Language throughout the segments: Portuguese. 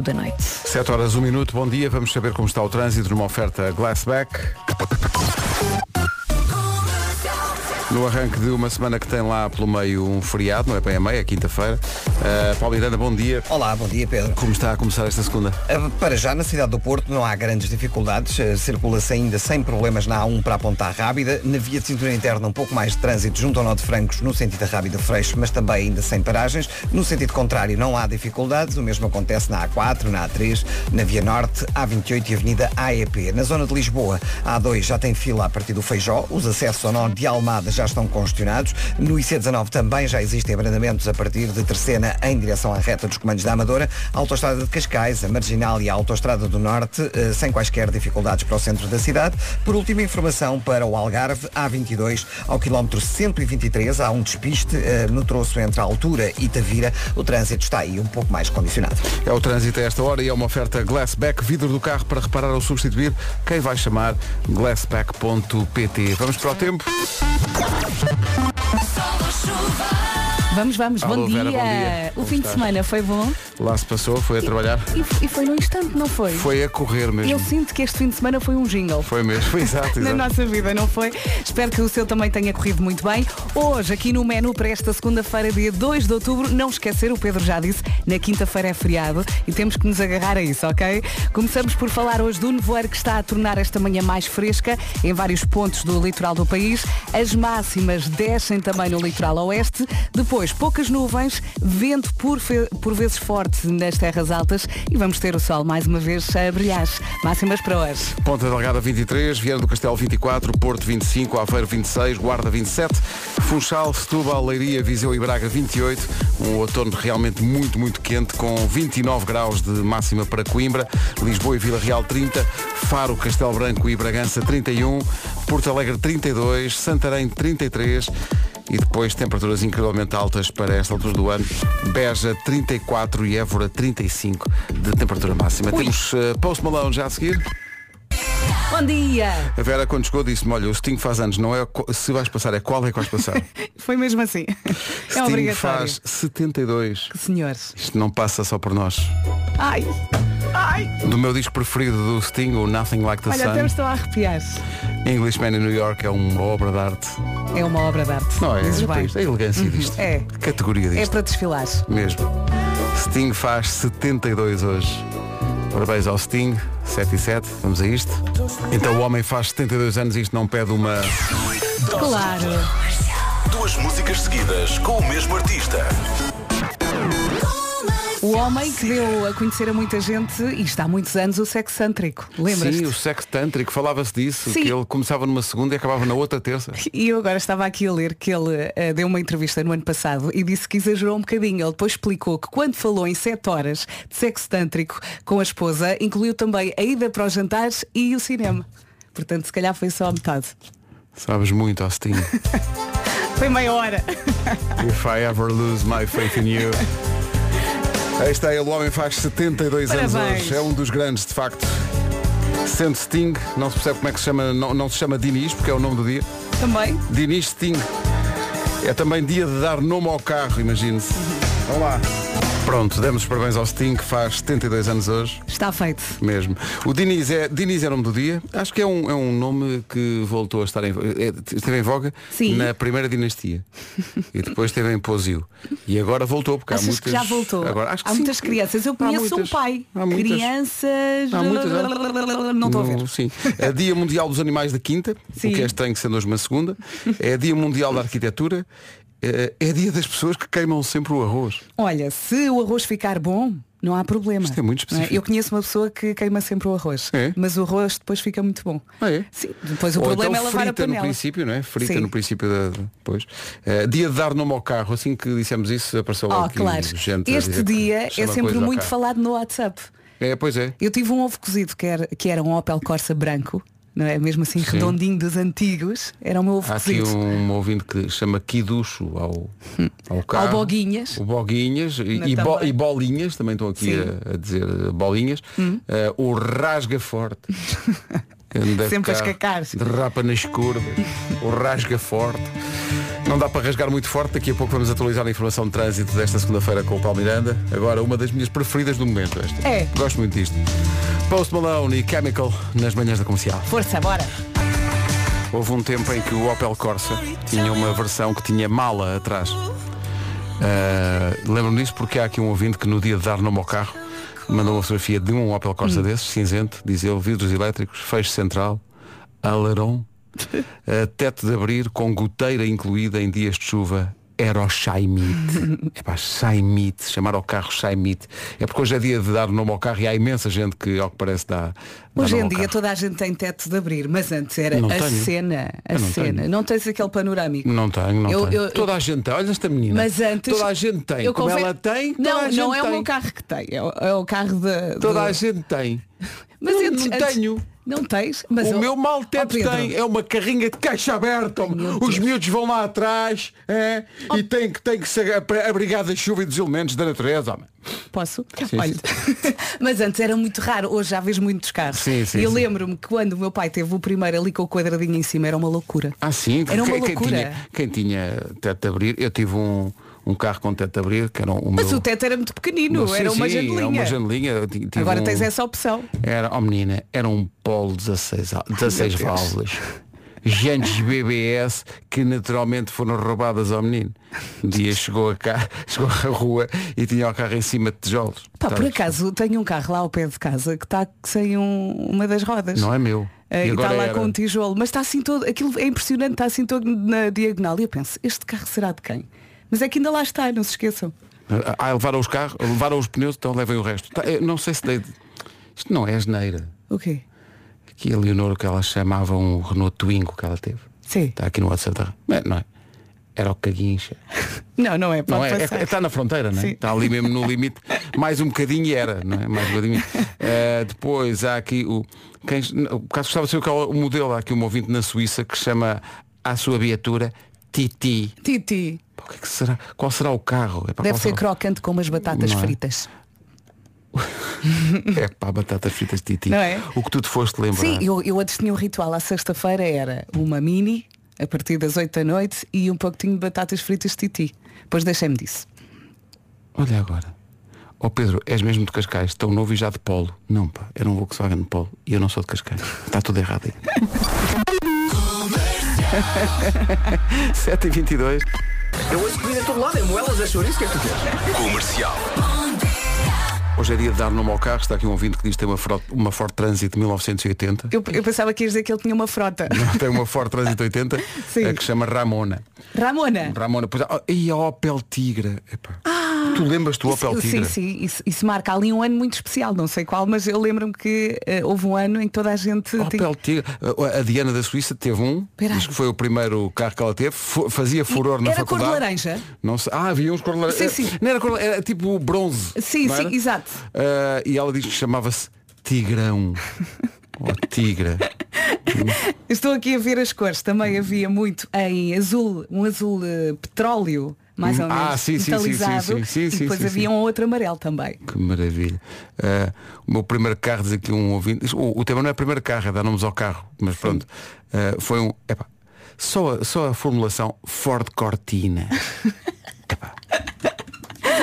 da noite. 7 horas, 1 minuto, bom dia. Vamos saber como está o trânsito numa oferta Glassback. No arranque de uma semana que tem lá pelo meio um feriado, não é bem a meia, é quinta-feira. Uh, Paulo Miranda, bom dia. Olá, bom dia Pedro. Como está a começar esta segunda? Uh, Para já, na cidade do Porto não há grandes dificuldades, Uh, circula-se ainda sem problemas na A1 para a Ponta Rábida, na via de cintura interna um pouco mais de trânsito junto ao Nó de Francos no sentido da Rábida Freixo, mas também ainda sem paragens, no sentido contrário não há dificuldades, o mesmo acontece na A4, na A3, na Via Norte, A28 e Avenida AEP. Na zona de Lisboa, a A2 já tem fila a partir do Feijó, os acessos ao Nó de Almada já estão congestionados, no IC19 também já existem abrandamentos a partir de Terceira em direção à reta dos comandos da Amadora, a Autostrada de Cascais, a Marginal e a Autostrada do Norte, eh, sem quaisquer dificuldades para o centro da cidade. Por último, informação para o Algarve, A22, ao quilómetro 123, há um despiste eh, no troço entre a altura e Tavira, o trânsito está aí um pouco mais condicionado. É o trânsito a esta hora e é uma oferta Glassback, vidro do carro para reparar ou substituir. Quem vai chamar? Glassback.pt. Vamos para o tempo. Vamos, vamos, Alô, bom, dia. Vera, bom dia. O Como fim está? de semana foi bom Lá se passou, foi a trabalhar. e, e foi num instante, não foi? Foi a correr Eu mesmo. sinto que este fim de semana foi um jingle. Foi mesmo, exato, na exato. nossa vida, não foi? Espero que o seu também tenha corrido muito bem. Hoje, aqui no menu para esta segunda-feira, dia 2 de outubro, não esquecer, o Pedro já disse, na quinta-feira é feriado e temos que nos agarrar a isso, ok? Começamos por falar hoje do nevoeiro que está a tornar esta manhã mais fresca em vários pontos do litoral do país. As máximas descem também no litoral oeste. Depois, poucas nuvens, vento por, fe- por vezes forte nas terras altas e vamos ter o sol mais uma vez a brilhar. Máximas para hoje. Ponta Delgada 23, Vieira do Castelo 24, Porto 25, Aveiro 26, Guarda 27, Funchal, Setúbal, Leiria, Viseu e Braga 28. Um outono realmente muito, muito quente, com 29 graus de máxima para Coimbra, Lisboa e Vila Real 30, Faro, Castelo Branco e Bragança 31, Porto Alegre 32, Santarém 33. E depois temperaturas incrivelmente altas para esta altura do ano. Beja 34 e Évora 35 de temperatura máxima. Temos eh, Post Malone já a seguir. Bom dia! A Vera quando chegou disse-me, olha, o Sting faz anos, não é qu- se vais passar, é qual é que vais passar? Foi mesmo assim. É Sting obrigatório. faz 72. Senhores. Isto não passa só por nós. Ai, ai, Do meu disco preferido do Sting, o Nothing Like the olha, até me Sun, estou a arrepiar. Englishman in New York é uma obra de arte. É uma obra de arte. Não é? Dizes É bem. isto, a elegância disto. É. Categoria disto. É para desfilar. Mesmo. Sting faz 72 hoje. Parabéns ao Sting, 7 e 7, vamos a isto. Então o homem faz 72 anos e isto não pede uma. Claro. Duas músicas seguidas com o mesmo artista. O homem que deu a conhecer a muita gente e está há muitos anos o sexo sântrico. Sim, o Lembras-te? sexo tântrico, falava-se disso, Sim. que ele começava numa segunda e acabava na outra terça. E eu agora estava aqui a ler que ele eh, deu uma entrevista no ano passado e disse que exagerou um bocadinho. Ele depois explicou que quando falou em sete horas de sexo tântrico com a esposa, incluiu também a ida para os jantares e o cinema. Portanto, se calhar foi só a metade. Sabes muito, Austin. Foi meia hora. If I ever lose my faith in you. Aí está ele, o homem faz 72 anos Parabéns. hoje. É um dos grandes, de facto. Sendo Sting, não se percebe como é que se chama, não, não se chama Dinis, porque é o nome do dia. Também. Dinis Sting. É também dia de dar nome ao carro, imagine-se. Uhum. Vamos lá. Pronto, demos os parabéns ao Sting, que faz 72 anos hoje Está feito. mesmo. O Diniz é, Diniz é o nome do dia. Acho que é um, é um nome que voltou a estar em, é, esteve em voga Sim. na primeira dinastia. e depois esteve em Posio. E agora voltou, porque Achas há muitas. que já voltou? Agora, acho que há sim. muitas crianças. Eu Há conheço um muitas. pai. Há muitas. Crianças. Há muitas, é. Não estou a No- ver. Sim. É Dia Mundial dos Animais da Quinta, Sim. o que é estranho sendo hoje uma segunda. É Dia Mundial da Arquitetura. É, é dia das pessoas que queimam sempre o arroz. Olha, se o arroz ficar bom, não há problema. Isto é muito específico. Não é? Eu conheço uma pessoa que queima sempre o arroz. É? Mas o arroz depois fica muito bom. Ah, é? Sim. Depois o Ou problema então é lavar a frita no panela. princípio, não é? Frita Sim. no princípio da. da- Pois. Eh, dia de dar nome ao carro, assim que dissemos isso, apareceu Oh, logo aqui claro. gente a Este dizer que dia é chama sempre coisa ao muito carro. falado no WhatsApp. É, pois é. Eu tive um ovo cozido que era, que era um Opel Corsa branco, não é? Mesmo assim redondinho dos antigos. Era o meu ovo Há aqui cozido. um ouvinte que chama Kiducho ao, ao carro. Boguinhas. O Boguinhas Na e, e, bo- também. e Bolinhas, também estão aqui Sim. Hum. a, a dizer eh, Bolinhas. Eh, o Rasga Forte. Anda Sempre a cá, escacar. Derrapa nas curvas. o Rasga Forte. Não dá para rasgar muito forte, daqui a pouco vamos atualizar a informação de trânsito desta segunda-feira com o Paulo Miranda. Agora, uma das minhas preferidas do momento, esta. É. Gosto muito disto. Post Malone e Chemical nas manhãs da comercial. Força, bora. Houve um tempo em que o Opel Corsa tinha uma versão que tinha mala atrás. Ah, Lembro-me disso porque há aqui um ouvinte que no dia de dar nome ao carro mandou uma fotografia de um Opel Hum. Corsa desses, cinzento, diz ele, vidros elétricos, fecho central, alarão, ah, teto de abrir com goteira incluída em dias de chuva. Era o Shaimite. É pá, Shaimite. Chamar ao carro Shaimite. É porque hoje é dia de dar nome ao carro e há imensa gente que, ao que parece, dá. dá Hoje nome em ao dia carro. toda a gente tem teto de abrir, mas antes era Tá Não a tenho. cena, a Eu não cena. tenho. Não tens aquele panorâmico. Não tenho, não Eu- tenho. eu- toda a gente tem. Olha esta menina. Mas antes. Toda a gente tem. eu Como confe- ela tem, toda Não, a gente não é tem. o meu carro que tem, é o, é o carro de. Toda do- a gente tem. Mas não, antes- não antes- tenho. Não tens? Mas o eu- meu mal Oh, teto Pedro, tem. É uma carrinha de caixa aberta. homem. meu Os Deus. Oh. miúdos vão lá atrás é, e tem que, tem que ser apre- abrigado da chuva e dos elementos da natureza. homem. Posso? Sim, Olha, mas antes era muito raro, hoje já vês muitos carros. Sim, sim, e eu sim. lembro-me que quando o meu pai teve o primeiro ali com o quadradinho em cima era uma loucura. Ah, sim, Era uma quem, quem loucura. tinha, quem tinha teto de abrir, eu tive um, um carro com teto de abrir, que era o Mas meu. o teto era muito pequenino, Sim, era uma sim, janelinha. uma janelinha. Eu ti- tive Agora um- tens essa opção. Era, oh menina, era um polo 16, al- 16 válvulas. Jantes BBS que naturalmente foram roubadas ao menino. Um dia chegou a, cá, chegou à rua e tinha o carro em cima de tijolos. Tá Pá, por Sabes? acaso tenho um carro lá ao pé de casa que está sem um- uma das rodas. Não é meu. Eh, E e está agora lá era. com um tijolo, mas está assim todo, aquilo é impressionante, está assim todo na diagonal. E eu penso, este carro será de quem? Mas é que ainda lá está, não se esqueçam. Ah, levaram os carros, levaram os pneus, então levem o resto. Tá, eu não sei se dei. Isto não é asneira. O quê? Que a Leonor, que ela chamava um Renault Twingo que ela teve. Sim. Está aqui no WhatsApp da Mas Não é? Era o Caguincha. Não, não é, Não pode é, é, passar. é- está na fronteira, não é? Sim. Está ali mesmo no limite. Mais um bocadinho e era, não é? Mais um bocadinho. Eh, depois há aqui o. Quem, o caso gostava de saber qual é o modelo. Há aqui um ouvinte na Suíça que chama a sua viatura Titi. Titi, Pá, o que é que será? Qual será o carro? É para deve qual ser será crocante com umas batatas Não é? fritas. o- É para batatas fritas Titi. Não é? O que tu te foste lembrar. Sim, eu, eu antes tinha um ritual. À sexta-feira era uma mini, a partir das 8 da noite, e um pacotinho de batatas fritas Titi. Depois deixei-me disso. Olha agora. Ó Pedro, és mesmo de Cascais, tão novo e já de polo. Não, pá, era um Volkswagen de polo e eu não sou de Cascais. Está tudo errado aí. 7h22. Eu ouço comida de todo lado, é moelas, é chouriço, o que é que tu queres? Comercial. Hoje é dia de dar nome ao carro, está aqui um ouvinte que diz que tem uma Ford, uma Ford Transit 1980. Eu, eu pensava que ias dizer que ele tinha uma frota. Tem uma Ford Transit 80 Sim. eh, que chama Ramona. Ramona. Ramona, pois, ah, e a Opel Tigra. Epá. tu lembras do Opel Ah, Isso- Tigra? Sim, sim, isso, isso marca ali um ano muito especial, não sei qual, mas eu lembro-me que eh, houve um ano em que toda a gente Ah, Opel Tigra. A- A Diana da Suíça teve um, Peraí. diz que foi o primeiro carro que ela teve, Fu- fazia furor na era cor de faculdade. laranja? Não sei. Ah, havia uns cor de laranja. Sim, sim. Não era cor de laranja, era tipo bronze. Sim, não sim, era? exato. Ah, e ela diz que chamava-se Tigrão. Ou Tigra. Estou aqui a ver as cores, também havia muito em azul, um azul eh, petróleo, mais ou Hum, menos, ah, sim, sim, sim, metalizado, sim, sim, sim, e sim, depois sim, havia sim. um outro amarelo também. Que maravilha. Ah, o meu primeiro carro, diz aqui um ouvinte. isto- O, o tema não é primeiro carro, é dar nomes ao carro. Mas pronto. Ah, foi um. Epá, só, a- só a formulação Ford Cortina. Epá.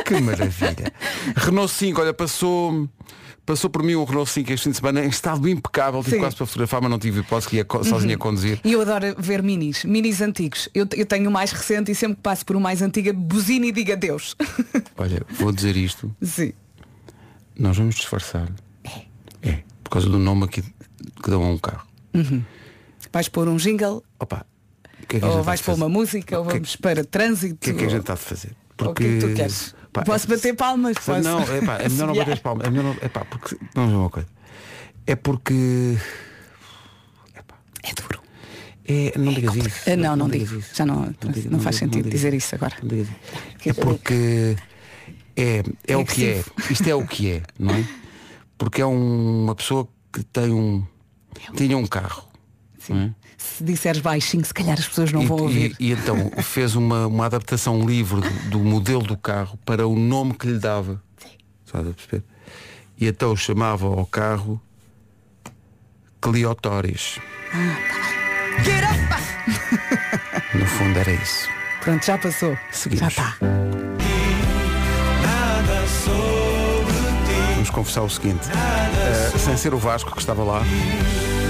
que maravilha. Renault 5, olha, passou. Passou por mim um Renault 5 este fim de semana em estado impecável, tive Sim. quase para fotografar, mas não tive hipótese que ia co- sozinha conduzir. E eu adoro ver minis, minis antigos. Eu, eu tenho o mais recente e sempre que passo por um mais antigo, buzina e diga Deus. Olha, vou dizer isto, sim. nós vamos disfarçar. É. É, por causa do nome aqui que dão a um carro. Vais pôr um jingle, Opa, o que é que a gente ou há vais de pôr fazer? uma música, ou O que é que- vamos para trânsito. O que é que a gente está de fazer? Ou o que é que tu queres? Posso é- bater palmas? Posso? Não, é pá, é melhor não Assobiar. bater as palmas. É melhor não, é pá, porque, vamos ver uma coisa. É porque. É pá, É duro. é- não digas isso. Ah, não, não digas digo. isso. Já não- digas- não faz digas- sentido digas dizer isso agora. Não digas isso. É porque é, é o que é. Isto é o que é, não é? Porque é um- uma pessoa que tem um. É Tinha um carro. Sim. Se disseres baixinho, se calhar as pessoas não e, vão e- ouvir. e então fez uma, uma adaptação livre do, do modelo do carro para o nome que lhe dava. Estás a perceber? E então chamava ao carro Cleotóris. No fundo era isso. Pronto, já passou. Seguimos. Já tá. está. Vamos confessar o seguinte. eh, sem ser o Vasco, que estava lá,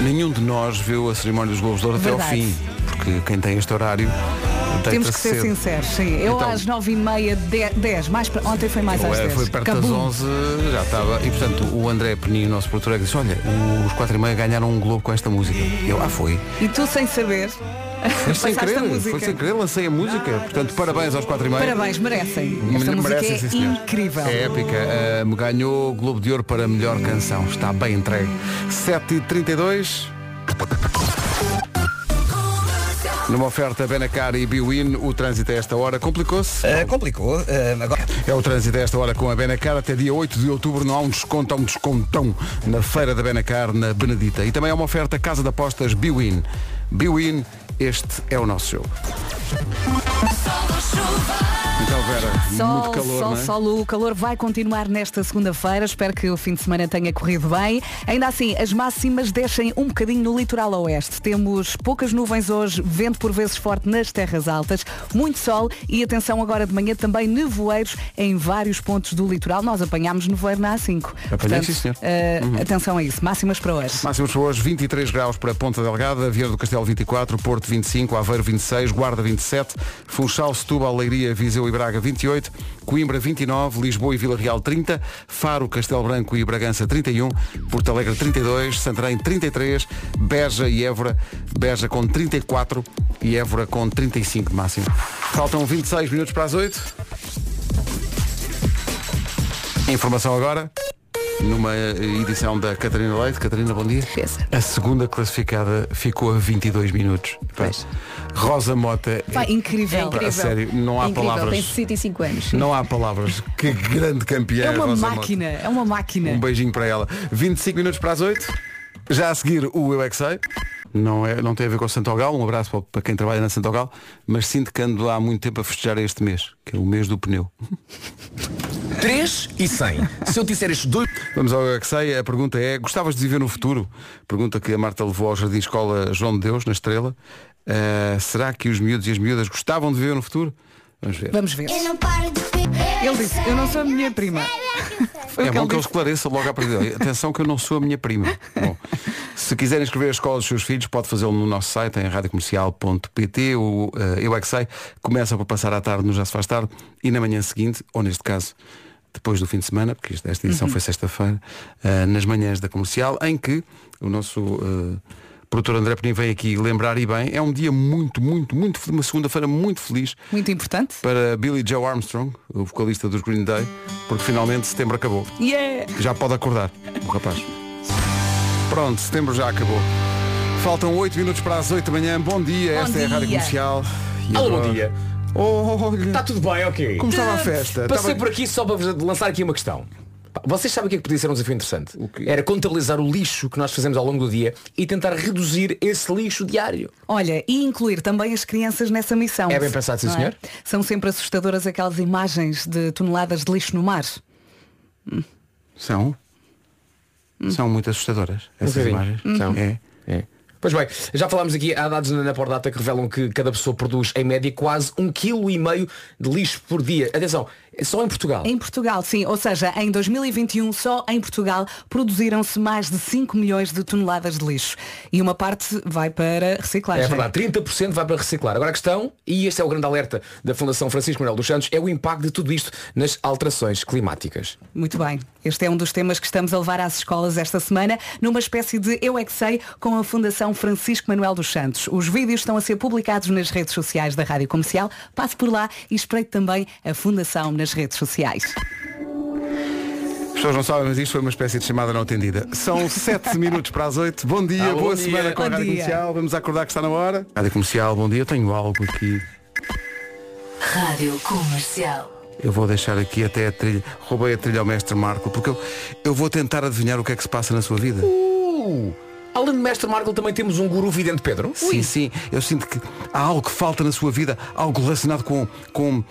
nenhum de nós viu a cerimónia dos Globos de Ouro até ao Verdade. fim. Porque quem tem este horário deita-se Temos que ser cedo. sinceros, sim. Eu Então- às nove e meia, de- dez, mais para- ontem foi mais Ou às é, dez. foi perto das Cabum. 11, já estava. E portanto, o André Peninho, nosso produtor, é que disse, olha, os 4 e meia ganharam um Globo com esta música. Eu, ah, foi. E tu sem saber. Foi sem passaste a querer, música. Ah, foi sem querer, lancei a música. Portanto, parabéns aos 4 e meia. Parabéns, merecem. Esta Merecem, música sim, é senhor. incrível. É épica. Ah, me ganhou o Globo de Ouro para a melhor canção. Está bem entregue. 7h32. Numa oferta Benacar e Biwin, o trânsito a esta hora complicou-se. Ah, complicou. ah, agora, É o trânsito a esta hora com a Benacar. Até dia 8 de outubro não há um desconto, há um descontão na feira da Benacar, na Benedita. E também há uma oferta Casa de Apostas Biwin. Biwin, este é o nosso jogo. Então, Vera, Sol, muito calor, sol, não é? sol, o calor vai continuar nesta segunda-feira. Espero que o fim de semana tenha corrido bem. Ainda assim, as máximas descem um bocadinho no litoral oeste. Temos poucas nuvens hoje, vento por vezes forte nas terras altas, muito sol e atenção agora de manhã também nevoeiros em vários pontos do litoral. Nós apanhámos nevoeiro na A5. Portanto, sim, senhor. Uhum. eh, Atenção a isso. Máximas para hoje. Máximos para hoje, 23 graus para Ponta Delgada, Vieira do Castelo 24, Porto 25, Aveiro 26, Guarda 27, Funchal, Setúbal, Leiria, Viseu e Braga 28, Coimbra 29, Lisboa e Vila Real 30, Faro, Castelo Branco e Bragança 31, Porto Alegre 32, Santarém 33, Beja e Évora, Beja com 34 e Évora com 35 de máximo. Faltam 26 minutos para as 8. Informação agora numa eh, edição da Catarina Leite. Catarina, bom dia. Pensa. A segunda classificada ficou a 22 minutos. Pois. Rosa Mota. Pá, É incrível. incrível. A sério, não há incrível. palavras. Tem 65 anos. sim. Não há palavras. Que grande campeã É uma Rosa Mota. máquina, é uma máquina. Um beijinho para ela. 25 minutos para as 8. Já a seguir o Eu é que Sei. Não, é, não tem a ver com o Santogal, um abraço para- para quem trabalha na Santogal, mas sinto que ando há muito tempo a festejar este mês, que é o mês do pneu. 3 e 100. Se eu disser estes dois. Vamos ao Eu é que sei. A pergunta é, gostavas de viver no futuro? Pergunta que a Marta levou ao Jardim Escola João de Deus, na Estrela. Uh, será que os miúdos e as miúdas gostavam de viver no futuro? Vamos ver. Vamos ver. Eu não paro de ver. Ele disse, eu não sou a minha prima. Foi É o que ele bom que eu disse. esclareça logo à partida. Atenção que eu não sou a minha prima. Bom, se quiserem escrever a escola dos seus filhos, pode fazê-lo no nosso site, em radiocomercial.pt. O eh, Eu é que sei começa por passar à tarde no Já se faz tarde e na manhã seguinte, ou neste caso, depois do fim de semana, porque isto- esta Uhum. edição foi sexta-feira, eh, nas manhãs da comercial, em que o nosso eh, produtor André Penin vem aqui lembrar e bem. É um dia muito, muito, muito, uma segunda-feira muito feliz Muito importante. para Billy Joe Armstrong, o vocalista dos Green Day, porque finalmente setembro acabou. Yeah! Já pode acordar, o rapaz. Pronto, setembro já acabou. Faltam 8 minutos para as 8 da manhã. Bom dia, Bom esta é a Rádio dia. Tá Comercial. E Alô, agora- bom dia. Oh, olha, Está Tá tudo bem, ok. como estava a festa? Passei Estava- por aqui só para vos lançar aqui uma questão. Pá, Vocês sabem o que é que podia ser um desafio interessante? quê? Era contabilizar o lixo que nós fazemos ao longo do dia e tentar reduzir esse lixo diário. Olha, e incluir também as crianças nessa missão. É bem pensado, sim, Não é? senhor. São sempre assustadoras aquelas imagens de toneladas de lixo no mar. São. Hum. São muito assustadoras essas Um bocadinho. imagens. São. É. Pois bem, já falámos aqui, há dados na na Pordata que revelam que cada pessoa produz em média quase um quilo e meio de lixo por dia. Atenção, é só em Portugal. Em Portugal, sim. Ou seja, em 2021, só em Portugal, produziram-se mais de 5 milhões de toneladas de lixo. E uma parte vai para reciclagem. É verdade, 30% vai para reciclar. Agora a questão, e este é o grande alerta da Fundação Francisco Manuel dos Santos, é o impacto de tudo isto nas alterações climáticas. Muito bem. Este é um dos temas que estamos a levar às escolas esta semana, numa espécie de Eu é que sei com a Fundação Francisco Manuel dos Santos. Os vídeos estão a ser publicados nas redes sociais da Rádio Comercial. Passe por lá e espreite também a Fundação nas redes sociais. As pessoas não sabem, mas isto foi uma espécie de chamada não atendida. São 7 minutos para as 8. Bom dia, Ah, bom boa dia. semana com a Bom Rádio dia. Comercial. Vamos acordar que está na hora. Rádio Comercial, bom dia. Tenho algo aqui. Rádio Comercial. Eu vou deixar aqui até a trilha. Roubei a trilha ao mestre Marco, porque eu, eu vou tentar adivinhar o que é que se passa na sua vida. Uh, além do Mestre Marco, também temos um guru vidente Pedro. Sim, sim. Eu sinto que há algo que falta na sua vida, algo relacionado com. com hum,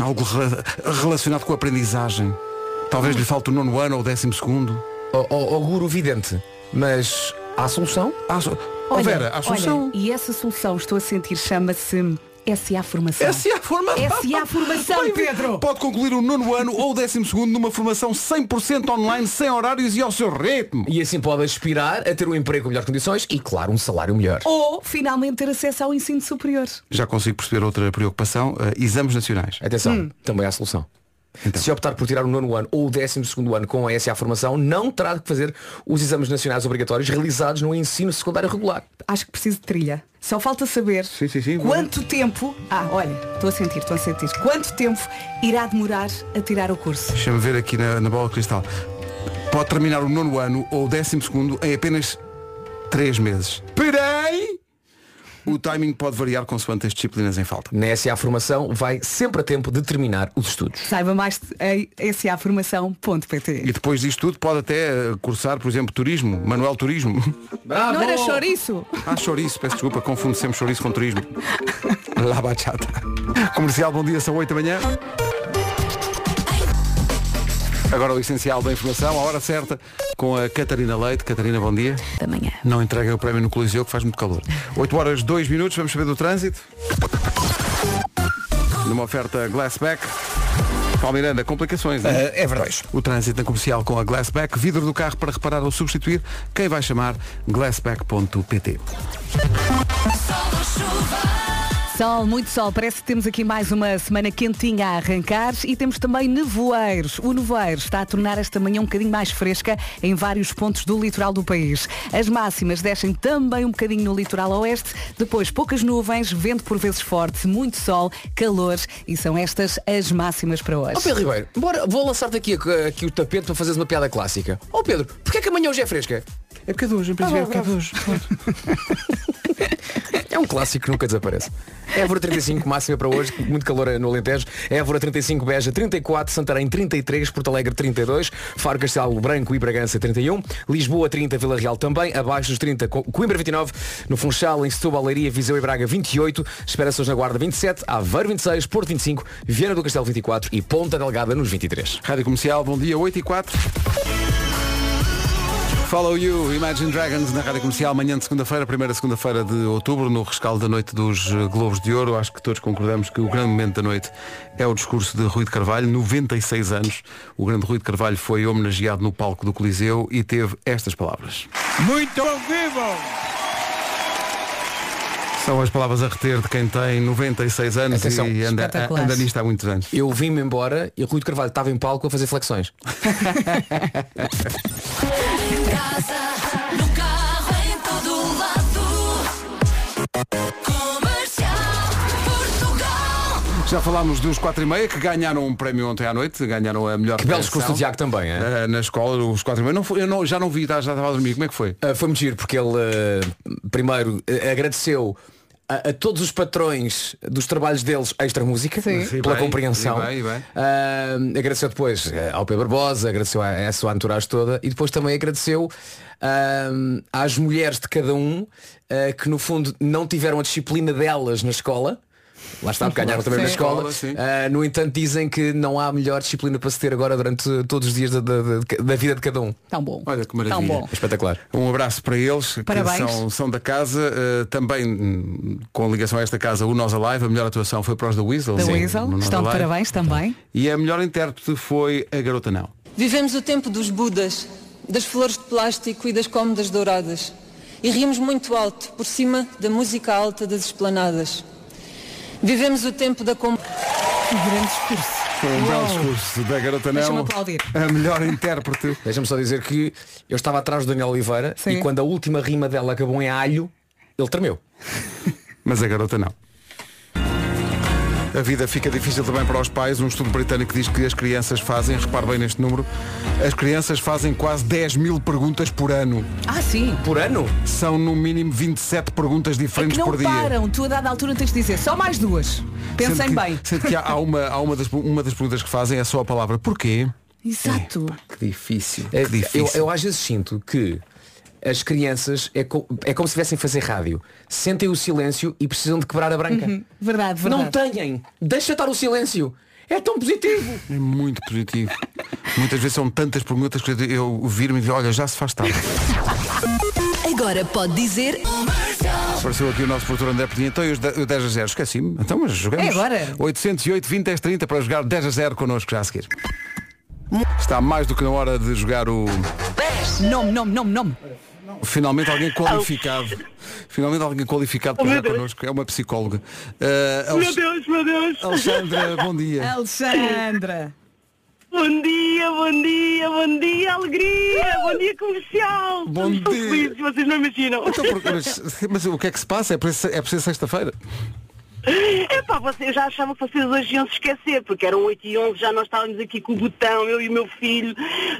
algo rela- relacionado com a aprendizagem. Talvez lhe falte o nono ano ou o décimo segundo. O, o- o guru vidente. Mas há solução? Há so- Oh, Vera, há solução. olha, e essa solução estou a sentir chama-se SA Formação. SA é Formação. SA é Formação, Bem-vindo. Pedro. Pode concluir o nono ano ou o décimo segundo numa formação 100% online, sem horários e ao seu ritmo. E assim pode aspirar a ter um emprego com melhores condições e, claro, um salário melhor. Ou finalmente ter acesso ao ensino superior. Já consigo perceber outra preocupação. eh, exames nacionais. Atenção, também há solução. Se optar por tirar o nono ano ou o décimo segundo ano com a SA Formação, não terá de fazer os exames nacionais obrigatórios realizados no ensino secundário regular. Acho que preciso de trilha. Só falta saber Sim, sim, sim, quanto tempo. Ah, olha, estou a sentir, estou a sentir. Quanto tempo irá demorar a tirar o curso? Deixa-me ver aqui na, na bola de cristal. Pode terminar o nono ano ou o décimo segundo em apenas três meses. Peraí! O timing pode variar consoante as disciplinas em falta. Na SA Formação vai sempre a tempo de terminar os estudos. Saiba mais eh, em saformação.pt. E depois disto tudo pode até eh, cursar, por exemplo, turismo, Manuel Turismo. Não era chouriço? Ah, chouriço, peço desculpa, confundo sempre chouriço com turismo. La bachata. Comercial, bom dia, são 8 da manhã. Agora o essencial da informação, a hora certa, com a Catarina Leite. Catarina, bom dia. Da manhã. Não entreguem o prémio no Coliseu que faz muito calor. 8 horas 2 minutos, vamos saber do trânsito. Numa oferta Glassback. Paulo Miranda, complicações, não é? Eh, é verdade. O trânsito na comercial com a Glassback, vidro do carro para reparar ou substituir, quem vai chamar glassback.pt. Sol, muito sol. Parece que temos aqui mais uma semana quentinha a arrancar e temos também nevoeiros. O nevoeiro está a tornar esta manhã um bocadinho mais fresca em vários pontos do litoral do país. As máximas descem também um bocadinho no litoral oeste, depois poucas nuvens, vento por vezes forte, muito sol, calor e são estas as máximas para hoje. Ó Pedro Ribeiro, bora, vou lançar-te aqui, aqui o tapete para fazeres uma piada clássica. Ó Pedro, porquê é que amanhã hoje é fresca? É porque é de hoje, em princípio é porque é de hoje. É um clássico que nunca desaparece. Évora 35, máxima para hoje, muito calor no Alentejo. Évora 35, Beja 34, Santarém 33, Porto Alegre 32, Faro Castelo Branco e Bragança 31, Lisboa 30, Vila Real também, abaixo dos 30, Co- Coimbra 29, no Funchal, em Setúbal, Leiria, Viseu e Braga 28, espera-se hoje na Guarda 27, Aveiro 26, Porto 25, Viana do Castelo 24 e Ponta Delgada nos 23. Rádio Comercial, bom dia, 8 e 4. Follow You, Imagine Dragons na Rádio Comercial, amanhã de segunda-feira, primeira segunda-feira de outubro, no rescaldo da noite dos eh, Globos de Ouro. Acho que todos concordamos que o grande momento da noite é o discurso de Rui de Carvalho, 96 anos. O grande Rui de Carvalho foi homenageado no palco do Coliseu e teve estas palavras. Muito vivo! São as palavras a reter de quem tem 96 anos Atenção, e anda, espetacular. anda nisto há muitos anos. Eu vim-me embora e Rui de Carvalho estava em palco a fazer flexões. Casa, no carro, em todo lado. Comercial, Portugal. Já falámos dos 4 e meia que ganharam um prémio ontem à noite, ganharam a melhor Que belo discurso recepção, do Tiago também, é? eh, na escola, os 4 e meia. Não foi- eu não- já não vi, tá, já estava a dormir. Como é que foi? Uh, foi muito giro porque ele uh, primeiro uh, agradeceu a, a todos os patrões dos trabalhos deles extra música Sim. Sim, pela bem, compreensão e bem, e bem. Uh, agradeceu depois uh, ao Pedro Barbosa agradeceu à, à sua entourage toda e depois também agradeceu uh, às mulheres de cada um uh, que no fundo não tiveram a disciplina delas na escola Lá está, porque ganharam também Sim. na escola. Escola, sim. Uh, no entanto, dizem que não há melhor disciplina para se ter agora durante todos os dias da, da- da- da vida de cada um. é Tão bom. Olha Tão que maravilha. bom. Espetacular. Um abraço para eles, Parabéns. que são, são da casa. eh, também hum, com ligação a esta casa, o Nós Alive, a melhor atuação foi para os da Weasel. Da Sim, Weasel, no Nós estão de Alive. parabéns também. E a melhor intérprete foi a Garota Não. Vivemos o tempo dos Budas, das flores de plástico e das cômodas douradas. E rimos muito alto, por cima da música alta das esplanadas. Vivemos o tempo da compra. Que grande discurso. Foi um belo discurso da Garota Deixa-me Não. aplaudir. A melhor intérprete. Deixa-me só dizer que eu estava atrás do Daniel Oliveira Sim. e quando a última rima dela acabou em alho, ele tremeu. Mas a garota não. A vida fica difícil também para os pais. Um estudo britânico diz que as crianças fazem, repare bem neste número, as crianças fazem quase 10 mil perguntas por ano. Ah, sim. Por ano? São no mínimo 27 perguntas É diferentes que não por dia. param, tu a dada altura tens de dizer só mais duas. Sendo Pensem que- bem. Sendo que há, há uma, há uma, das, uma das perguntas que fazem é só a palavra porquê. Exato. Que difícil. É, Que difícil. eu, eu às vezes sinto que as crianças é, co- é como se estivessem a fazer rádio. Sentem o silêncio e precisam de quebrar a branca. Verdade, Uhum. verdade. Não têm. Deixa estar o silêncio. É tão positivo. É muito positivo. Muitas vezes são tantas perguntas que eu vir-me e digo, olha, já se faz tarde. Agora pode dizer Comercial. Apareceu aqui o nosso produtor André Pedinha. Então, e os de- o 10 a 0? Esqueci-me. Então, mas jogamos. É agora. 808 20 10 30 para jogar 10 a 0 connosco já a seguir. Está mais do que na hora de jogar o. Nome, nome, nome, nome. Finalmente alguém qualificado. Finalmente alguém qualificado para jogar connosco. É uma psicóloga. Ah, Alex- Meu Deus, meu Deus! Alexandra, bom dia. Alexandra. Bom dia, bom dia, bom dia, alegria! Bom dia comercial! Bom Estou dia. feliz, vocês não imaginam! Então, por- mas, mas o que é que se passa? É para ser, é para ser sexta-feira? Epá, vocês já achavam que vocês hoje iam se esquecer, porque eram 8 e 11, já nós estávamos aqui com o botão, eu e o meu filho,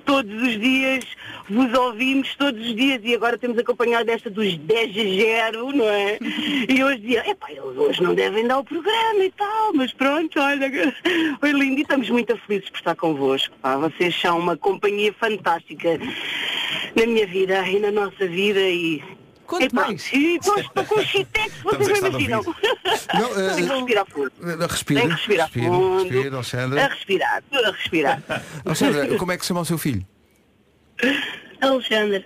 todos os dias, vos ouvimos todos os dias e agora temos acompanhado esta dos 10 a 0, não é? E hoje dizia, epá, eles hoje não devem dar o programa e tal, mas pronto, olha, foi lindo e estamos muito felizes por estar convosco, pá, vocês são uma companhia fantástica na minha vida e na nossa vida e... Conte Epá, mais. E estou estou com chitex, Estamos a vocês não gostar de imaginam. Não, eh, Tenho que respirar fundo. Respira, Tem que respirar respira, fundo. É. respira, A Alexandra. respirar, tudo a respirar. Alexandra, como é que se chama o seu filho? Alexandre.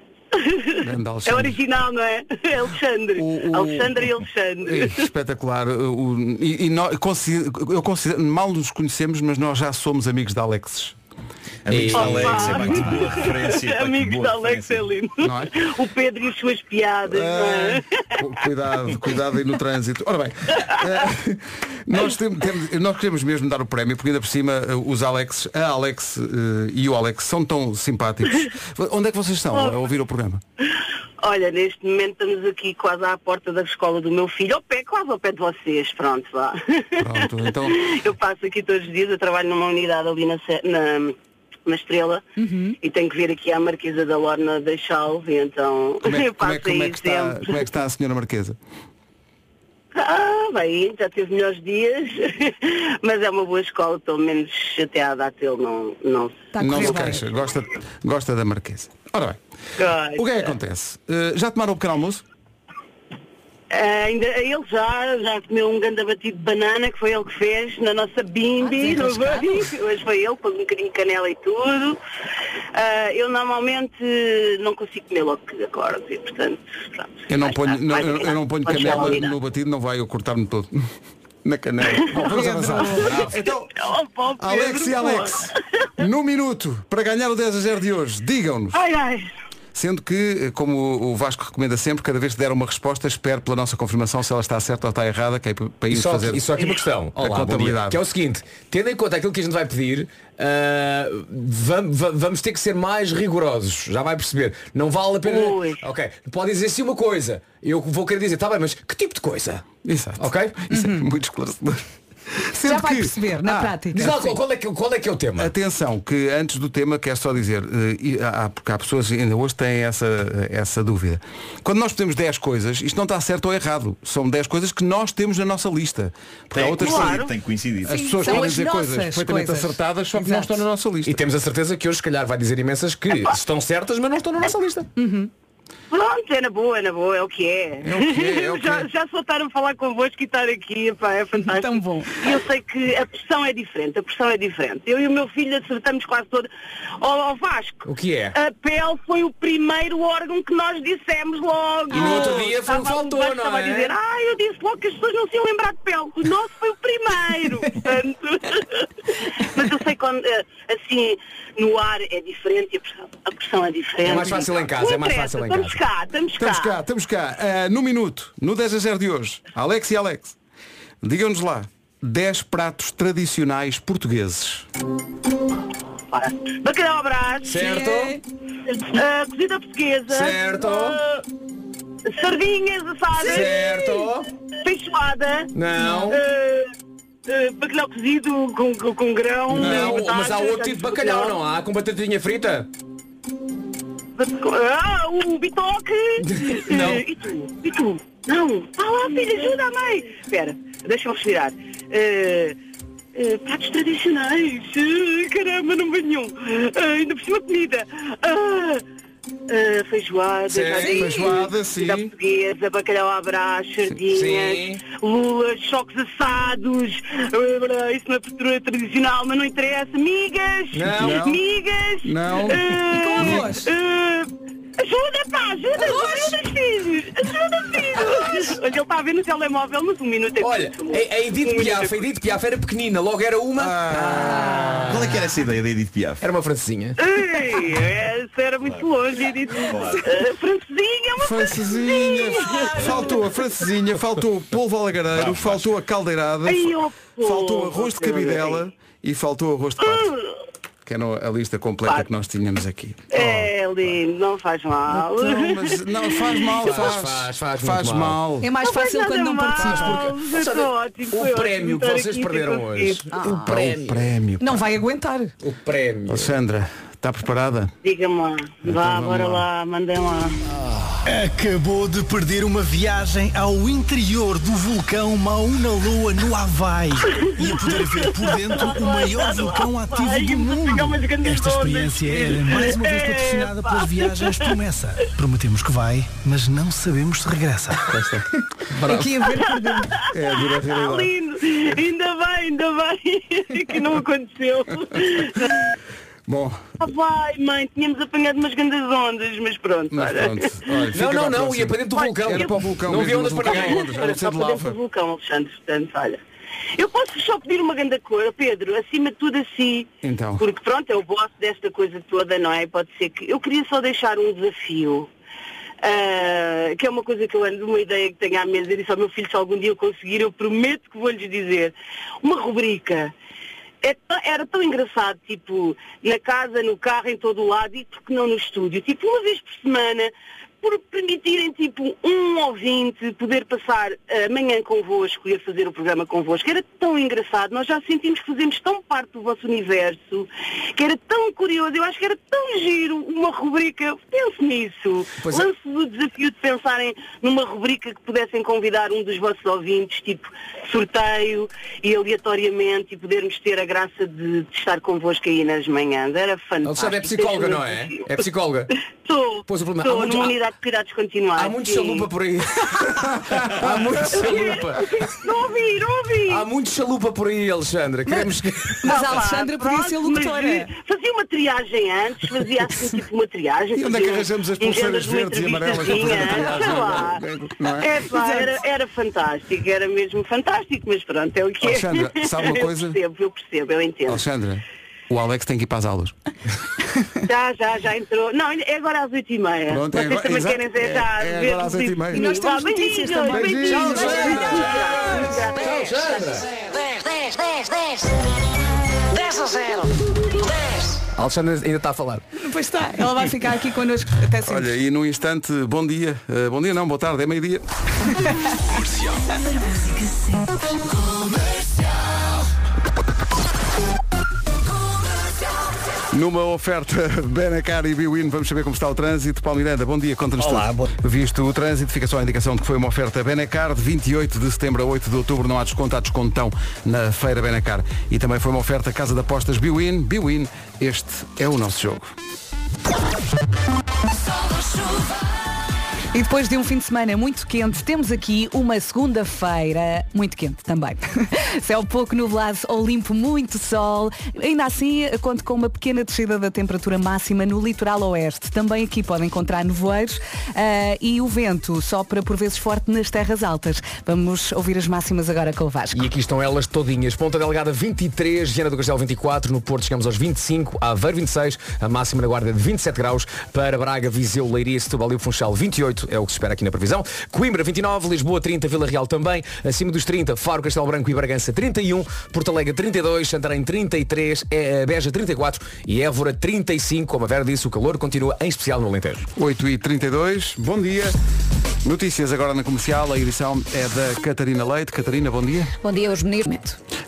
Grande É Alexandre. original, não é? É Alexandre. O- o- Alexandre e É, Alexandre. espetacular. uh, O- o- e, e nó- consi- eu considero, mal nos conhecemos, mas nós já somos amigos da Alexis. E- Amigos da Alex, é Opa. pá, que boa referência. pá, que Amigos boa da Alex é referência. lindo. Não é? Ah. O Pedro e as suas piadas, não é? Cu- Cuidado, cuidado aí no trânsito. Ora bem, eh, nós, temos, temos- nós queremos mesmo dar o prémio, porque ainda por cima eh, os Alex, a Alex eh, e o Alex são tão simpáticos. Onde é que vocês estão Oh. a ouvir o programa? Olha, neste momento estamos aqui quase à porta da escola do meu filho, ao pé, quase ao pé de vocês, pronto, vá. Pronto, então- Eu passo aqui todos os dias, eu trabalho numa unidade ali na, Se- na, na Estrela e tenho que vir aqui à Marquesa da Lorna deixá-lo e então Como é, eu como passo é- como é aí que está, sempre. como é que está a senhora Marquesa? Ah, bem, já teve melhores dias, mas é uma boa escola, pelo menos até à data ele não, não se Está Tá a Não correr se bem. queixa, gosta, gosta da Marquesa. Ora bem, gosta. o que é que acontece? Eh, já tomaram o pequeno almoço? Ah, ainda, ele já, já comeu um grande abatido de banana, que foi ele que fez na nossa bimbi, é Ah, não tem aqueles foi? Hoje foi ele, pôs um bocadinho de canela e tudo. Ah, eu normalmente não consigo comer logo que acordo, e portanto, pronto. Eu não mais ponho, tarde, não, mais eu, tarde, eu não ponho quando chegar canela à unidade. no batido, não vai, eu cortar-me todo. Na canela. Bom, vamos é avançar. Então, Oh, pá, Pedro, Alex e pô. Alex, no minuto, para ganhar o 10 a 0 de hoje, digam-nos. Ai, ai. Sendo que, como o Vasco recomenda sempre, cada vez que der uma resposta, espero pela nossa confirmação se ela está certa ou está errada, que é para E irmos só, fazer. e só aqui uma questão. A Olá, bom dia. contabilidade. Que é o seguinte, tendo em conta aquilo que a gente vai pedir, ah, vam- va- vamos ter que ser mais rigorosos. Já vai perceber. Não vale a pena. Ui. Ok. Pode dizer sim uma coisa. Eu vou querer dizer, tá bem, mas que tipo de coisa? Exato. Ok? Isso é muito esclarecedor. Sendo Já vai que- perceber, na Ah, prática. Diz lá qual, qual é que, qual é que é o tema? Atenção, que antes do tema quero só dizer, eh, e há, há- porque há pessoas que ainda hoje têm essa, eh, essa dúvida. Quando nós pedimos 10 coisas, isto não está certo ou errado. São 10 coisas que nós temos na nossa lista. Porque há Tem outras coincidido, Claro. tem coincidido. As pessoas são podem as dizer coisas nossas perfeitamente coisas. acertadas, só que não Exato. estão na nossa lista. E temos a certeza que hoje se calhar vai dizer imensas que estão certas, mas não estão na nossa lista. Pronto, é na boa, é na boa, é o que é. É o que é, é o que já, é. Então já soltaram a falar convosco e estar aqui, pá, é fantástico. Tão bom. E Eu sei que a pressão é diferente, a pressão é diferente. Eu e o meu filho acertamos quase todo. Ó ó, Vasco, O que é? a pele foi o primeiro órgão que nós dissemos logo. E no outro dia foi- Estava ali, faltou, o Vasco não estava é? a dizer, ah, eu disse logo que as pessoas não se iam lembrar de pele. O nosso foi o primeiro. Portanto. Mas eu sei quando, eh, assim, no ar é diferente e a pressão, a pressão é diferente. É mais fácil em casa, Não é mais fácil interessa, em estamos casa. Cá, estamos cá. Estamos cá, estamos cá. Ah, no minuto, no 10 a 0 de hoje, Alex e Alex, digam-nos lá 10 pratos tradicionais portugueses. Ora, Bacalhau à Brás, Certo? eh, cozida portuguesa, Certo. eh, sardinhas assadas, Certo? feijoada, Não. eh, eh, bacalhau cozido com, com, com grão, Não, eh, mas há batatas, outro tipo de bacalhau, não há? Com batatinha frita? Ah, o bitoque! Eh, Não. E tu? E tu? Não! Ah lá, filho, ajuda a mãe! Espera, deixa-me respirar. Eh, eh, pratos tradicionais! Eh, caramba, não vem nenhum! Eh, ainda por cima comida! Ah, eh, feijoada, Sim. já disse, Feijoada, comida sim. portuguesa, bacalhau à brás, sardinhas, Sim. lulas, choques assados, eh, isso não é cultura tradicional, mas não interessa. Migas! Não. Não. Migas! Não. Eh, com arroz? Ah, eh, ajuda, pá, ajuda, ajuda os filhos, ajuda filhos. Olha, ele está a ver no telemóvel, mas um minuto é Um Olha, curto. a, a Edith Piaf, a Edith Piaf era pequenina, logo era uma. Ah, Qual é que era essa ideia da Edith Piaf? Era uma francesinha. é Ei, essa era muito longe, Edith. Eh, Francesinha, uma francesinha. Faltou a francesinha, faltou o polvo alagareiro, faltou a caldeirada, Ai, oh, faltou pô, arroz de meu cabidela e faltou arroz de pato. Que era a lista completa que nós tínhamos aqui. É lindo, não faz mal. Então, mas não, faz mal, faz. Faz mal. É mais Não faz fácil nada quando não mal, participes. eu Só tô de- ótimo, o foi prémio ótimo que estar vocês aqui e ter perderam hoje. conseguido. O O um prémio. prémio. Não vai aguentar. O prémio. Alexandra, está preparada? Diga-me lá, vá, Então, vamos bora lá. lá, mandem lá. Acabou de perder uma viagem ao interior do vulcão Mauna Loa no Havaí e a poder ver por dentro o maior vulcão ativo do mundo. Esta experiência era mais uma vez patrocinada pelas viagens promessa. Prometemos que vai, mas não sabemos se regressa. Aqui a ver perdemos. É, dura Ah, lindo! Ainda bem, ainda bem que não aconteceu. Bom, Ah, vai, mãe, tínhamos apanhado umas grandes ondas, mas pronto. mas olha. pronto. Olha, fica Não, não, para a não, próxima. ia para dentro do vulcão. Era para o vulcão. Não mesmo, havia ondas mas para vulcão ninguém. ondas, era Olha, para ser só de para dentro lava. do vulcão, Alexandre, portanto, olha. Eu posso só pedir uma grande coisa, Pedro, acima de tudo assim. Então. Porque pronto, é o boss desta coisa toda, não é? Pode ser que. Eu queria só deixar um desafio. ah, que é uma coisa que eu ando, uma ideia que tenho à mesa, e disse ao meu filho, se algum dia eu conseguir, eu prometo que vou-lhes dizer. Uma rubrica. É tão- era tão engraçado, tipo, na casa, no carro, em todo o lado, e porque não no estúdio, tipo, uma vez por semana, por permitirem, tipo, um ouvinte poder passar a manhã convosco e a fazer o programa convosco. Era tão engraçado, nós já sentimos que fazemos tão parte do vosso universo, que era tão curioso, eu acho que era tão giro uma rubrica, pense nisso. Pois é. Lance o desafio de pensarem numa rubrica que pudessem convidar um dos vossos ouvintes, tipo sorteio e aleatoriamente, e podermos ter a graça de, de estar convosco aí nas manhãs. Era fantástico. Alexandre é psicóloga, não é? É psicóloga. Estou, Pois o estou problema- há numa muito- há- unidade de cuidados continuados. Há muito sim. chalupa por aí. Há muito chalupa. Não ouvi, não ouvi. Ah, Há muito chalupa por aí, Alexandra. Queremos que. Mas Ah, a pá, Alexandra podia pronto, ser locutora. mas, eh, Fazia uma triagem antes, fazia assim tipo uma triagem. E onde é que arranjamos as pulseiras verdes e amarelas para fazer a triagem? Não é? É, pá, era, era fantástico, era mesmo fantástico, mas pronto, é o que é. Alexandra, sabe uma coisa? Eu percebo, eu percebo, eu entendo. Alexandra, o Alex tem que ir para as aulas. Já, já, já entrou. Não, é agora às 8h30. Pronto, é Vocês agora- também exato, querem ver é- já. é ver agora às o 8h30. vídeo. E nós temos Vá, notícias beijinhos, também. beijinhos, Beijinhos, beijinhos. A Alexandra ainda está a falar. Pois está, ela vai ficar aqui connosco até sempre. Olha, e num instante, bom dia. Eh, bom dia não, boa tarde, é meio-dia. Numa oferta Benacar e Biwin, vamos saber como está o trânsito. Paulo Miranda, bom dia, conta-nos Olá, tudo. Visto o trânsito, fica só a indicação de que foi uma oferta Benacar de 28 de setembro a 8 de outubro. Não há desconto, há descontão na feira Benacar. E também foi uma oferta Casa de Apostas Biwin. Biwin, este é o nosso jogo. E depois de um fim de semana muito quente, temos aqui uma segunda-feira muito quente também. Céu pouco nublado ou limpo, muito sol. Ainda assim, conto com uma pequena descida da temperatura máxima no litoral oeste. Também aqui podem encontrar nevoeiros ah, e o vento sopra por vezes forte nas terras altas. Vamos ouvir as máximas agora com o Vasco. E aqui estão elas todinhas. Ponta Delgada 23, Viana do Castelo 24, no Porto chegamos aos 25, Aveiro 26, a máxima na Guarda de 27 graus, para Braga, Viseu, Leiria, Setúbal e o Funchal 28, é o que se espera aqui na previsão. Coimbra 29, Lisboa 30, Vila Real também, acima dos 30, Faro, Castelo Branco e Bragança 31, Porto Alegre 32, Santarém 33, eh, Beja 34 e Évora 35. Como a Vera disse, o calor continua em especial no Alentejo. 8 e 32 bom dia. Notícias agora na comercial, a edição é da Catarina Leite. Catarina, bom dia. Bom dia aos meninos.